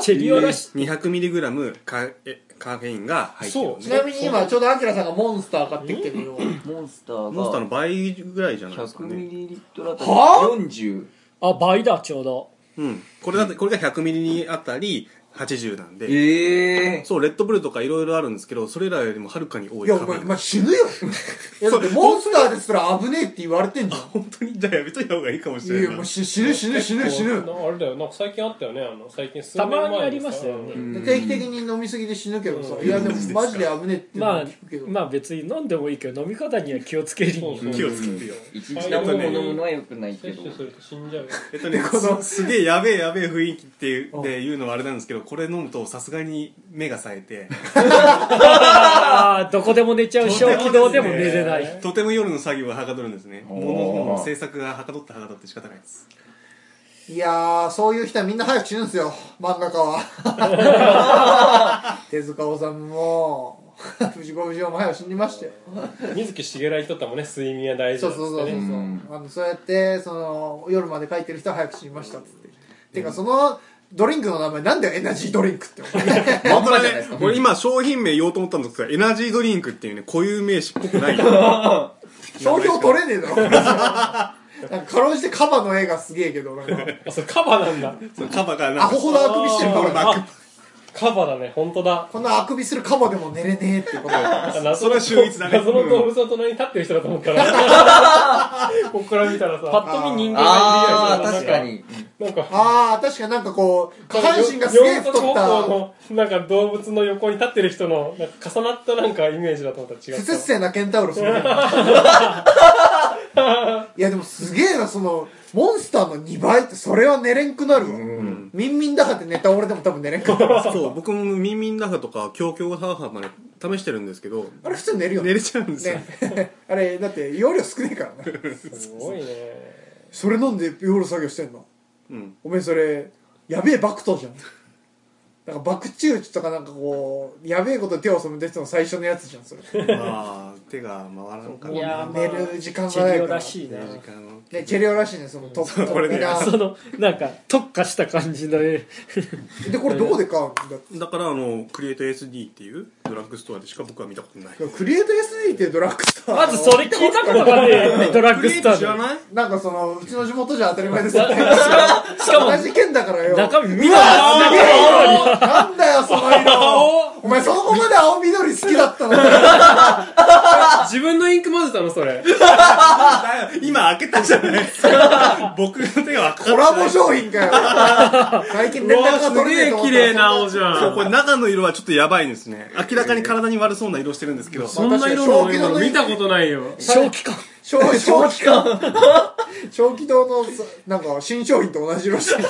Speaker 2: チェリオらし
Speaker 5: 200ミリグラムカえカフェインが入ってるの
Speaker 1: ち
Speaker 5: ね
Speaker 1: なみに今ちょうどアキラさんがモンスター買ってきてるよ
Speaker 3: モンスター
Speaker 5: モンスターの
Speaker 3: が
Speaker 5: 倍ぐらいじゃないですか
Speaker 3: 100ミ
Speaker 5: ね
Speaker 3: リリットルあたり
Speaker 1: は
Speaker 3: 40
Speaker 2: あ倍だちょうど
Speaker 5: うんこれだってこれが100ミリあたり80なんで
Speaker 3: ええ
Speaker 5: そうレッドブルとかいろいろあるんですけどそれらよりもはるかに多
Speaker 1: い
Speaker 5: い
Speaker 1: や
Speaker 5: カ
Speaker 1: お
Speaker 5: フェ
Speaker 1: 前
Speaker 5: イン
Speaker 1: お前死ぬよいやだってモンスターですら危ねえって言われてんじゃん
Speaker 5: 本当にじゃあやめといた方がいいかもし
Speaker 1: い
Speaker 5: れ
Speaker 1: や
Speaker 5: ない
Speaker 1: も
Speaker 5: な
Speaker 1: う死死ぬ死ぬ死ぬ死ぬ
Speaker 4: なあれだよなんか最近あったよねあの最近数
Speaker 2: た
Speaker 4: 年前
Speaker 2: ま
Speaker 4: さ
Speaker 2: にありましたよね、
Speaker 5: うん
Speaker 1: 定期的に飲みすぎで死ぬけどさいやでもマジで危ねえって
Speaker 2: まあ
Speaker 1: 聞くけど、
Speaker 2: まあ別に飲んでもいいけど飲み方には気をつける
Speaker 4: そうそう
Speaker 5: 気をつけてよ
Speaker 3: 一日何本も飲むのは良くないけ
Speaker 4: 摂
Speaker 3: ど
Speaker 4: 取すると死んじゃうよ
Speaker 5: えっとね、このすげえやべえやべえ雰囲気っていうで言うのはあれなんですけど、これ飲むとさすがに目が冴えて
Speaker 2: あーどこでも寝ちゃう小気道でも寝れない、
Speaker 5: とても夜の作業がはかどるんですね
Speaker 3: お
Speaker 5: も
Speaker 3: ー
Speaker 5: のの制作がはかどってはかどって仕方ないです
Speaker 1: いやー、そういう人はみんな早く死ぬんですよ、漫画家は。 手塚治虫も、藤子不二雄も早く死にましたよ。
Speaker 4: 水木しげらにとってもね睡眠は大事
Speaker 1: そ
Speaker 4: な
Speaker 1: うん
Speaker 4: で
Speaker 1: そうそうそうそ
Speaker 4: すよ
Speaker 1: う、
Speaker 4: ね
Speaker 3: ん
Speaker 1: あのそうやってその夜まで書いてる人は早く死にましたっつって、てかそのドリンクの名前なんだよエナジードリンクって思って
Speaker 3: まんまじゃないですか
Speaker 5: これ今商品名言おうと思ったんですがエナジードリンクっていうね固有名詞っぽくない あ
Speaker 1: 商標取れねえだろなんかかろうじてカバの絵がすげえけどなんか
Speaker 4: あそれカバなんだ
Speaker 5: そうカバがな
Speaker 1: アホほどあくびしてる
Speaker 4: あ
Speaker 1: か
Speaker 4: ー
Speaker 1: らバック
Speaker 4: カバだね本当だ
Speaker 1: こんなあくびするカバでも寝れ ねえっていうこと
Speaker 4: 謎の
Speaker 5: それは秀逸だね
Speaker 4: 謎の動物の隣に立ってる人だと思ったら こっから見たらさ
Speaker 2: パッと見人間
Speaker 3: あ
Speaker 2: が
Speaker 3: あ
Speaker 2: いるや
Speaker 3: 確
Speaker 2: つ
Speaker 3: かに
Speaker 4: なんか
Speaker 1: ああ確かになんかこう下半身がすげえ太っ
Speaker 4: 四足歩
Speaker 1: た
Speaker 4: 行のなんか動物の横に立ってる人のなんか重なったなんかイメージだと思ったら違
Speaker 1: 不
Speaker 4: った
Speaker 1: 節制なケンタウロ スみたいないやでもすげえなそのモンスターの2倍ってそれは寝れんくなるわ、ミンミンだかってネタ俺でも多分寝れんくなる
Speaker 5: そう僕もミンミンダハとかキョウキョウハーハーまで試してるんですけ ど
Speaker 1: あれ普通寝るよ
Speaker 5: 寝
Speaker 1: ね
Speaker 5: れちゃうんですよ、
Speaker 1: ね あれだって容量少ねえからな
Speaker 4: すごいね
Speaker 1: それ飲んで夜作業してんの
Speaker 5: うん
Speaker 1: おめえそれやべえバクトじゃんなんかバクチューチとかなんかこうやべえこと手を染めた人の最初のやつじゃんそれ
Speaker 5: まあ手が回らんか
Speaker 2: い
Speaker 5: ら
Speaker 2: やー
Speaker 1: 寝る時間
Speaker 2: チ
Speaker 1: が
Speaker 2: ェ
Speaker 1: ない
Speaker 2: リ
Speaker 1: か
Speaker 2: オ
Speaker 1: ら
Speaker 2: らしいな
Speaker 5: 時間を
Speaker 1: ね、チェリオらしいねそのトップ
Speaker 5: これね
Speaker 1: な
Speaker 2: そのなんか特化した感じの絵
Speaker 1: でこれどこで買うんだって
Speaker 5: だからあのクリエイト SD っていうドラッグストアでしか僕は見たことない
Speaker 1: クリエイト SD っていうドラッグストア
Speaker 2: まずそれ聞いたことがねえドラッグ
Speaker 5: クリ
Speaker 2: スタ
Speaker 5: エイト知ら
Speaker 2: ーで
Speaker 5: ない
Speaker 1: なんかそのうちの地元じゃ当たり前ですよねしかも同じ県だからよ
Speaker 2: 中身見
Speaker 1: う
Speaker 2: た
Speaker 1: わ
Speaker 2: ことない
Speaker 1: ーなんだよその色お前そこまで青緑好きだったのか
Speaker 4: 自分のインク混ぜたのそれ
Speaker 5: 今開けたじゃないですか 僕の手が
Speaker 1: コラボ商品かよ最近連絡が取れねえと思ったら
Speaker 4: 青じ
Speaker 5: そうこれ中の色はちょっとやばいんですね明らかに体に悪そうな色してるんですけど、
Speaker 4: そんな色の俺も見たことないよ
Speaker 2: 正気か
Speaker 1: 正正気感正気堂のさなんか新商品と同じ色してる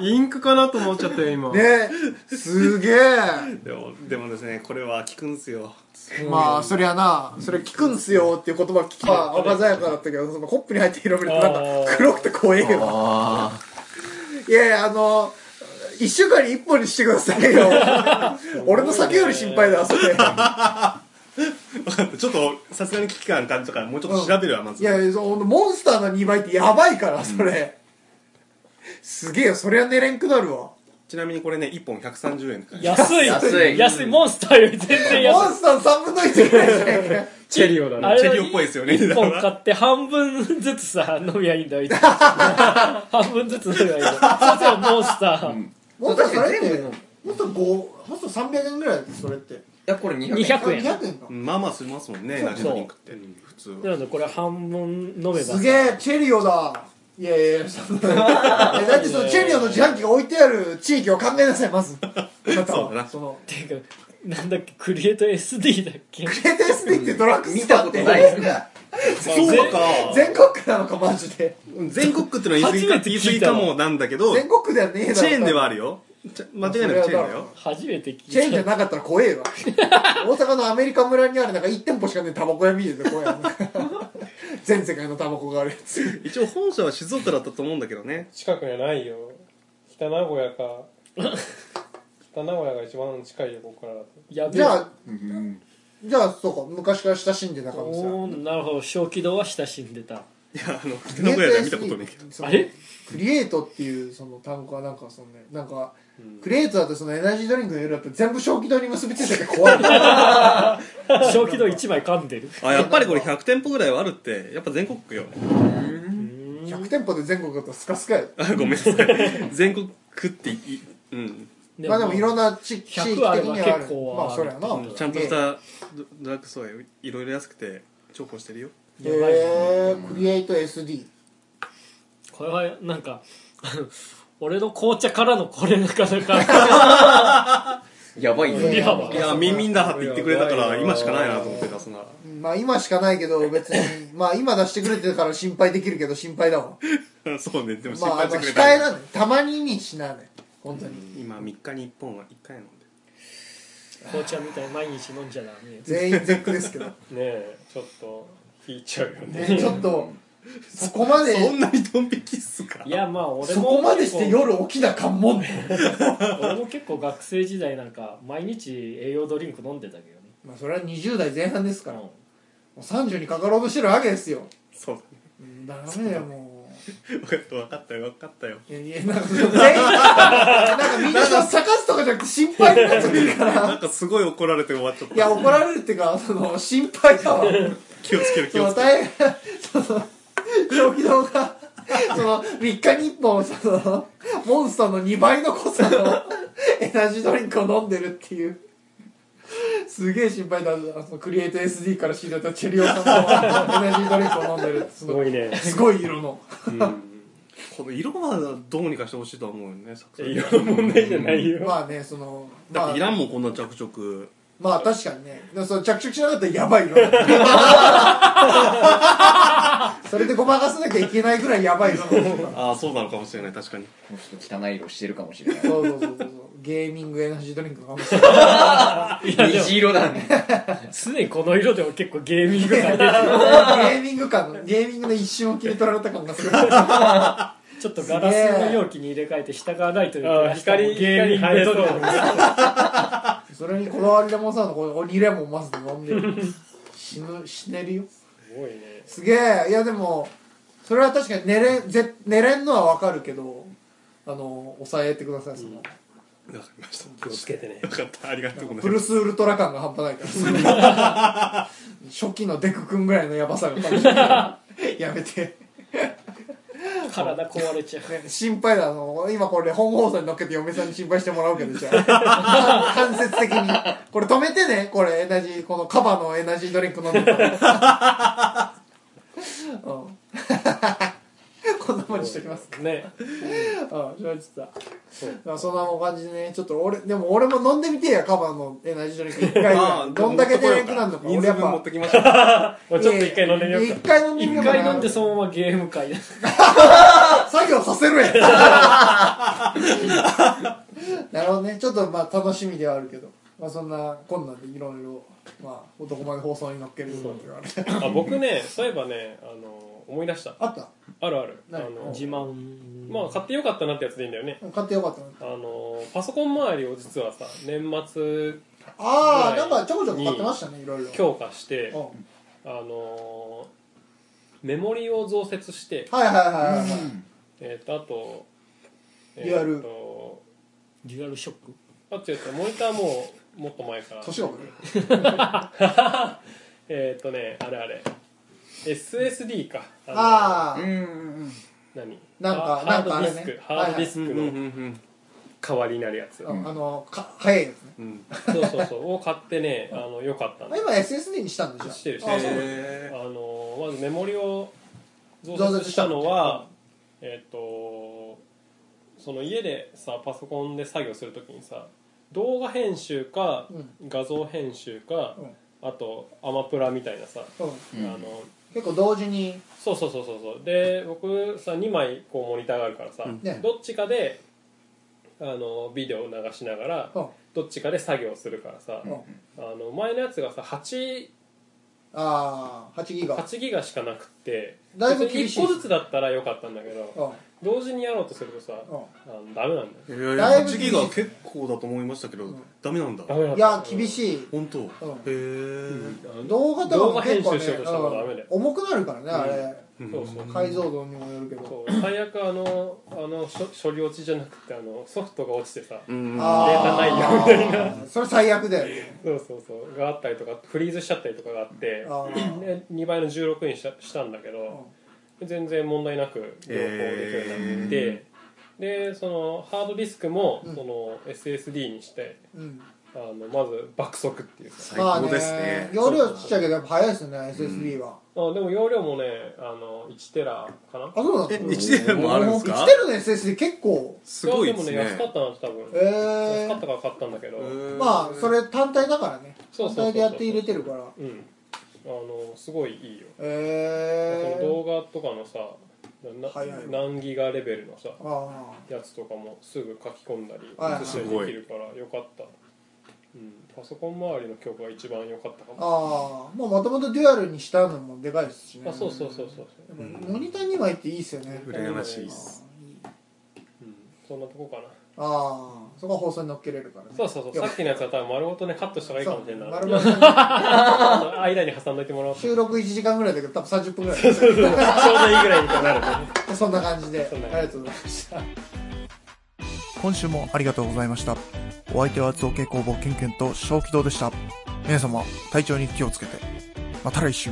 Speaker 4: インクかなと思っちゃったよ今
Speaker 1: ねすげえ
Speaker 5: でもでもですねこれは効くんですよ
Speaker 1: まあそりゃなそれ聞くんすよっていう言葉聞きば赤鮮やかだったけどそのコップに入って広めるとなんか黒くて怖えよ
Speaker 3: あ
Speaker 1: いやいや、あの、一週間に一本にしてくださいよ。 俺の酒より心配だ、それ。い
Speaker 5: 分かったちょっとさすがに危機感感じたからもうちょっと調べるわまず
Speaker 1: やいや、そのモンスターの2倍ってやばいから、それ。すげえよ、そりゃ寝れんくなるわ。
Speaker 5: ちなみにこれね1本130円で買える
Speaker 2: 安い
Speaker 3: 安い
Speaker 2: 安いモンスターより全然
Speaker 1: モ
Speaker 2: 安い
Speaker 1: ンスターの3分の1ぐらいじゃないかよ。
Speaker 4: チェリオだ
Speaker 2: あ
Speaker 4: ね
Speaker 2: れ
Speaker 5: チェリオっぽいですよね
Speaker 2: 1本買って半分ずつさ飲みゃいいんだよ半分ずつ飲みゃいいんだよそしたらモンスター
Speaker 1: モンスターそれ
Speaker 3: そうだ
Speaker 1: って
Speaker 3: よ、
Speaker 1: モンスター5、モンスター300円ぐらいだってそれって。
Speaker 3: いやこれ200
Speaker 2: 200
Speaker 1: 200
Speaker 2: 円
Speaker 1: 円か。
Speaker 5: まあまあしますもんねエナジードリンクって普通は
Speaker 2: なのでこれ半分飲めば
Speaker 1: すげえ、チェリオだ。いやい やいや、そんないやだってそのチェリオの自販機が置いてある地域を考えなさい、まず。あなた
Speaker 5: そうだ
Speaker 1: は。
Speaker 5: な
Speaker 1: その、
Speaker 2: ていうかなんだっけクリエイト SD だっけ
Speaker 1: KTSD ってドラッグストアって
Speaker 3: 見たことない
Speaker 5: そうか
Speaker 1: 全国区なのかマジで
Speaker 5: 全国区ってのは言い過ぎか
Speaker 2: 初めて聞
Speaker 5: 言
Speaker 2: い
Speaker 5: い
Speaker 2: た
Speaker 5: 過ぎかもなんだけどチ
Speaker 1: 全国区ではねえだろ
Speaker 5: ェーンではあ
Speaker 1: る
Speaker 5: るよちゃ間違いなくチェーンだよ
Speaker 2: 初めて聞いた
Speaker 1: チェーンじゃなかったら怖えわ大阪のアメリカ村にあるなんか1店舗しかねえタバコ屋見えて怖いわ全世界のタバコがあるやつ
Speaker 5: 一応本社は静岡だったと思うんだけどね
Speaker 4: 近くにはないよ北名古屋か 北名古屋が一番近いよここからだと
Speaker 2: やべえ
Speaker 1: じゃあ
Speaker 3: うん
Speaker 1: じゃあそうか昔から親しんでたかもしれない
Speaker 2: おーなるほど小気道は親しんでた
Speaker 5: いやあの北名古屋では見たことないけど
Speaker 1: その
Speaker 2: あれ
Speaker 1: クリエイトっていうその単語はなんかそのねなんか、クリエイトだとそのエナジードリンクの色だと全部正気道に結びついてて怖い
Speaker 2: 小気道1枚噛んでる
Speaker 5: あやっぱりこれ100店舗ぐらいはあるってやっぱ全国区よ
Speaker 1: 100店舗で全国だとスカスカよ
Speaker 5: あごめんなさ い全国区っていいうん
Speaker 1: まあでもいろんな地地域
Speaker 2: 100
Speaker 1: 的には
Speaker 2: あ
Speaker 1: ある
Speaker 2: れば結構
Speaker 1: まあそりゃな
Speaker 2: うん
Speaker 5: ちゃんとしたドドラッグストアよいろいろ安くて重宝してるよ
Speaker 1: へえー、クリエイト SD
Speaker 2: これはなんか あの俺の紅茶からのこれなかなか
Speaker 3: やばいね
Speaker 2: リハはい
Speaker 5: やミンミンだって言ってくれたから今しかないなと思って出すなら
Speaker 1: まあ今しかないけど別にまあ今出してくれてたから心配できるけど心配だわ
Speaker 5: そうねでも失
Speaker 1: まあ、あ
Speaker 5: 敗し
Speaker 1: の
Speaker 5: てくれ
Speaker 1: 控
Speaker 5: た、
Speaker 1: えなんだよたまに日なのよ本当に
Speaker 5: 今3日に1本は1回飲んで
Speaker 2: 紅茶みたいに毎日飲んじゃダメよ
Speaker 1: 全員ゼックですけど
Speaker 4: えちょっと引いちゃうよね
Speaker 1: ねちょっとそこまで
Speaker 5: そんなにドン引きっすか
Speaker 2: いやまあ俺も
Speaker 1: そこまでして
Speaker 2: 結構
Speaker 1: 夜起きなかんもんね
Speaker 2: 俺も結構学生時代なんか毎日栄養ドリンク飲んでたけどね
Speaker 1: まあそれは20代前半ですから
Speaker 2: うん
Speaker 1: もう30にかかろうとしてるわけですよ
Speaker 5: そうだね
Speaker 1: うんダメだよもう
Speaker 5: 分かった分かったよ分かったよ
Speaker 1: いやいやなんか全員なんかみんなさ逆すとかじゃなくて心配になっちゃってるか
Speaker 5: な
Speaker 1: ら
Speaker 5: んかすごい怒られて終わっちゃっ
Speaker 1: いや
Speaker 5: た
Speaker 1: 怒られるっていうかその心配だわ
Speaker 5: 気をつける
Speaker 1: そ
Speaker 5: 気を
Speaker 1: の
Speaker 5: つける
Speaker 1: 大変その消費堂がその3日に1本そのモンスターの2倍の濃さのエナジードリンクを飲んでるっていうすげえ心配だったそのクリエイト SD から知り合ったチェリオさんのエナジードリンクを飲んでるす
Speaker 4: すごいね
Speaker 1: すごい色の
Speaker 5: うんこの色はどうにかしてほしいとは思うよね作戦
Speaker 4: いや色の問題じゃないよ、
Speaker 1: まあねその
Speaker 5: だ
Speaker 1: ま
Speaker 5: っ
Speaker 1: あ
Speaker 5: ていらんもんこんな着色
Speaker 1: まあ確かにねでもその着色しなかったらやばい 色だったそれでごまかさなきゃいけないぐらいやばい色だった
Speaker 5: ああそうなのかもしれない確かに
Speaker 3: もうちょっと汚い色してるかもしれない
Speaker 1: そうそうそうそうゲーミングエナジードリンクかもしれない
Speaker 3: 虹色だね
Speaker 2: 常にこの色でも結構ゲーミ ング感出てる
Speaker 1: ゲーミング感のゲーミングの一瞬を切り取られた感がすごい
Speaker 2: ちょっとガラスの容器に入れ替えて下がライトで照らしたら
Speaker 4: あー
Speaker 2: もう
Speaker 4: 光
Speaker 2: ゲーミングで撮る
Speaker 4: 光入
Speaker 1: それにこだわりレモンサワーのこの鬼レモンまず飲んでる死ぬ死ねるよ
Speaker 4: すごいね
Speaker 1: すげえいやでもそれは確かに寝れんぜ寝れんのはわかるけどあの抑えてくださいその、
Speaker 5: わかりました
Speaker 4: 気をつけてね
Speaker 5: よかったありがとうござ
Speaker 1: プ
Speaker 5: いま
Speaker 1: ル
Speaker 5: す
Speaker 1: スウルトラ感が半端ないから初期のデク君ぐらいのヤバさが楽しみやめて
Speaker 2: 体壊れちゃう
Speaker 1: ね心配だあの今これ本放送に乗っけて嫁さんに心配してもらうけどじゃあ間接的にこれ止めてねこれエナジーこのカバのエナジードリンク飲んでたらうん こんなもんにしときます
Speaker 4: ね
Speaker 1: うん承知だまあそんな感じでねちょっと俺でも俺も飲んでみてえやカバのエナジードリンク一回ぐらいどんだけ出なくなるのか
Speaker 5: 人
Speaker 1: 俺
Speaker 5: 数
Speaker 1: やっ
Speaker 5: 分持
Speaker 1: ぱ
Speaker 5: ってきました
Speaker 4: もうちょっと一回飲んでみよう
Speaker 1: 一回飲んでみよ
Speaker 2: 一
Speaker 1: うか
Speaker 2: 回
Speaker 1: な
Speaker 2: 飲んでそのままゲーム会だ
Speaker 1: 作業させるやんなるほどねちょっとまあ楽しみではあるけど、まあ、そんなこんなんでいろいろまあ男前放送に乗っけることがある
Speaker 4: かあ僕ねそういえばねあの思い出した
Speaker 1: あった
Speaker 4: あるあるあ
Speaker 1: 何
Speaker 4: の
Speaker 2: 自慢
Speaker 4: まあ買ってよかったなってやつでいいんだよね
Speaker 1: 買ってよかったな
Speaker 4: あのパソコン周りを実はさ年末
Speaker 1: ああなんかちょこちょこ買ってましたねいろいろ
Speaker 4: 強化して
Speaker 1: うん
Speaker 4: あのメモリを増設して
Speaker 1: はいはいはいはい、はい
Speaker 4: えっ、とあと
Speaker 1: リアル
Speaker 4: えーと
Speaker 2: デュアルショック
Speaker 4: あっちやったモニターももっと前から
Speaker 1: 年が遅れる
Speaker 4: えっ、とねあれあれ SSD かあの
Speaker 1: ああ、
Speaker 3: うん
Speaker 4: 何
Speaker 1: なんか
Speaker 4: ハ
Speaker 1: なんかあ
Speaker 4: ハード
Speaker 1: れ
Speaker 4: ディ
Speaker 1: ね
Speaker 4: スク、ハードディス
Speaker 5: うん
Speaker 4: ク
Speaker 5: うんう
Speaker 4: の
Speaker 5: ん
Speaker 4: 代わりになるやつ、
Speaker 1: うんあのか早いやつね
Speaker 5: うん
Speaker 4: そうそうそうを買ってねあのよかったん
Speaker 1: あ
Speaker 4: で
Speaker 1: 今 SSD にしたんでしょ
Speaker 4: してるして
Speaker 1: あ
Speaker 4: る
Speaker 1: そうなんだ
Speaker 4: あ
Speaker 5: へ
Speaker 4: のまずメモリを増設したのはえっ、とその家でさパソコンで作業するときにさ動画編集か、
Speaker 1: う
Speaker 4: 画像編集か、
Speaker 1: うん
Speaker 4: あとアマプラみたいなさ、
Speaker 1: うん
Speaker 3: うん
Speaker 4: あの
Speaker 1: 結構同時に
Speaker 4: そうそうそうそうそうで僕さ2枚こうモニターがあるからさ、
Speaker 5: うん
Speaker 1: ね
Speaker 4: どっちかであのビデオを流しながら、
Speaker 1: うん
Speaker 4: どっちかで作業するからさ、
Speaker 1: うん
Speaker 4: あの前のやつがさ 8,
Speaker 1: ああ8ギガ
Speaker 4: 8ギガしかなくって
Speaker 1: だいぶ厳しい
Speaker 4: 1個ずつだったらよかったんだけど
Speaker 1: う
Speaker 4: 同時にやろうとするとさ、
Speaker 1: んうん
Speaker 4: あのダメなんだよ
Speaker 5: えいやい
Speaker 1: だ
Speaker 5: や
Speaker 1: いぶ
Speaker 5: 8ギガ結構だと思いましたけど
Speaker 1: ん
Speaker 5: ダメなんだ
Speaker 4: ダメなん
Speaker 1: い
Speaker 4: だ
Speaker 1: や厳しい
Speaker 5: 本当へえ
Speaker 4: うん
Speaker 1: 動画とかも結構ね
Speaker 4: 動画編集しようとしてもダメだよ
Speaker 1: うん重くなるからねあれ、
Speaker 4: そうそう
Speaker 1: 解像度にもよるけど
Speaker 4: そう最悪あのあの処処理落ちじゃなくてあのソフトが落ちてさ
Speaker 5: うん
Speaker 1: あーそれ最悪だよね
Speaker 4: そうそうそうがあったりとかフリーズしちゃったりとかがあって
Speaker 1: あー
Speaker 4: で2倍の16にしたしたんだけど、全然問題なく両方できるようになって、でそのハードディスクも、
Speaker 1: うん
Speaker 4: その SSD にして
Speaker 1: うん
Speaker 4: あのまず爆速っていうさ
Speaker 5: 最高ですね
Speaker 1: 容量ちっちゃいけどやっぱ早いですよね SSD は、
Speaker 4: あでも容量もねあの1テラかな
Speaker 1: あそうなん
Speaker 5: え
Speaker 1: だ
Speaker 5: 1年もあるんですか
Speaker 1: 生きてるの SSD 結構
Speaker 5: すごい
Speaker 4: で
Speaker 5: で
Speaker 4: も
Speaker 5: す
Speaker 4: ね
Speaker 5: ね
Speaker 4: 安かったな多分、
Speaker 1: え
Speaker 4: 安かっ
Speaker 1: ー
Speaker 4: た、から買ったんだけど、
Speaker 1: まあそれ単体だからね
Speaker 4: そうそ
Speaker 1: 単体
Speaker 4: うそうそう
Speaker 1: でやって入れてるから
Speaker 4: うんあのすごいいいよ、
Speaker 1: え
Speaker 4: その動画とかのさな
Speaker 1: 早いわ
Speaker 4: 何ギガレベルのさ
Speaker 1: あ
Speaker 4: やつとかもすぐ書き込んだり
Speaker 1: はいはい
Speaker 4: 写したりできるからよかった、うん、パソコン周りの曲が一番良かったか
Speaker 1: あ
Speaker 4: も
Speaker 1: ああまあもともとデュアルにしたのもでかいですしね
Speaker 4: あそうそうそうそう、
Speaker 1: でもモニター2枚っていいっすよね
Speaker 5: 羨ましいっす
Speaker 4: うん、そんなとこかな
Speaker 1: ああそこは放送に乗っけれるからね
Speaker 4: そうそうそうさっきのやつは多分丸ごとねカットした方がいいかもしれない
Speaker 1: 丸々ね
Speaker 4: あの間に挟んどいてもらおうとちょ
Speaker 1: 収
Speaker 4: う
Speaker 1: 録1時間ぐらいだけど多分30分ぐら いです
Speaker 4: どいいぐらいになるね
Speaker 1: そんな感じで
Speaker 4: そんな感じ
Speaker 1: ありがとうございました
Speaker 6: 今週もありがとうございました。お相手は造形工房ケンケンと小気道でした。皆様、体調に気をつけて。また来週。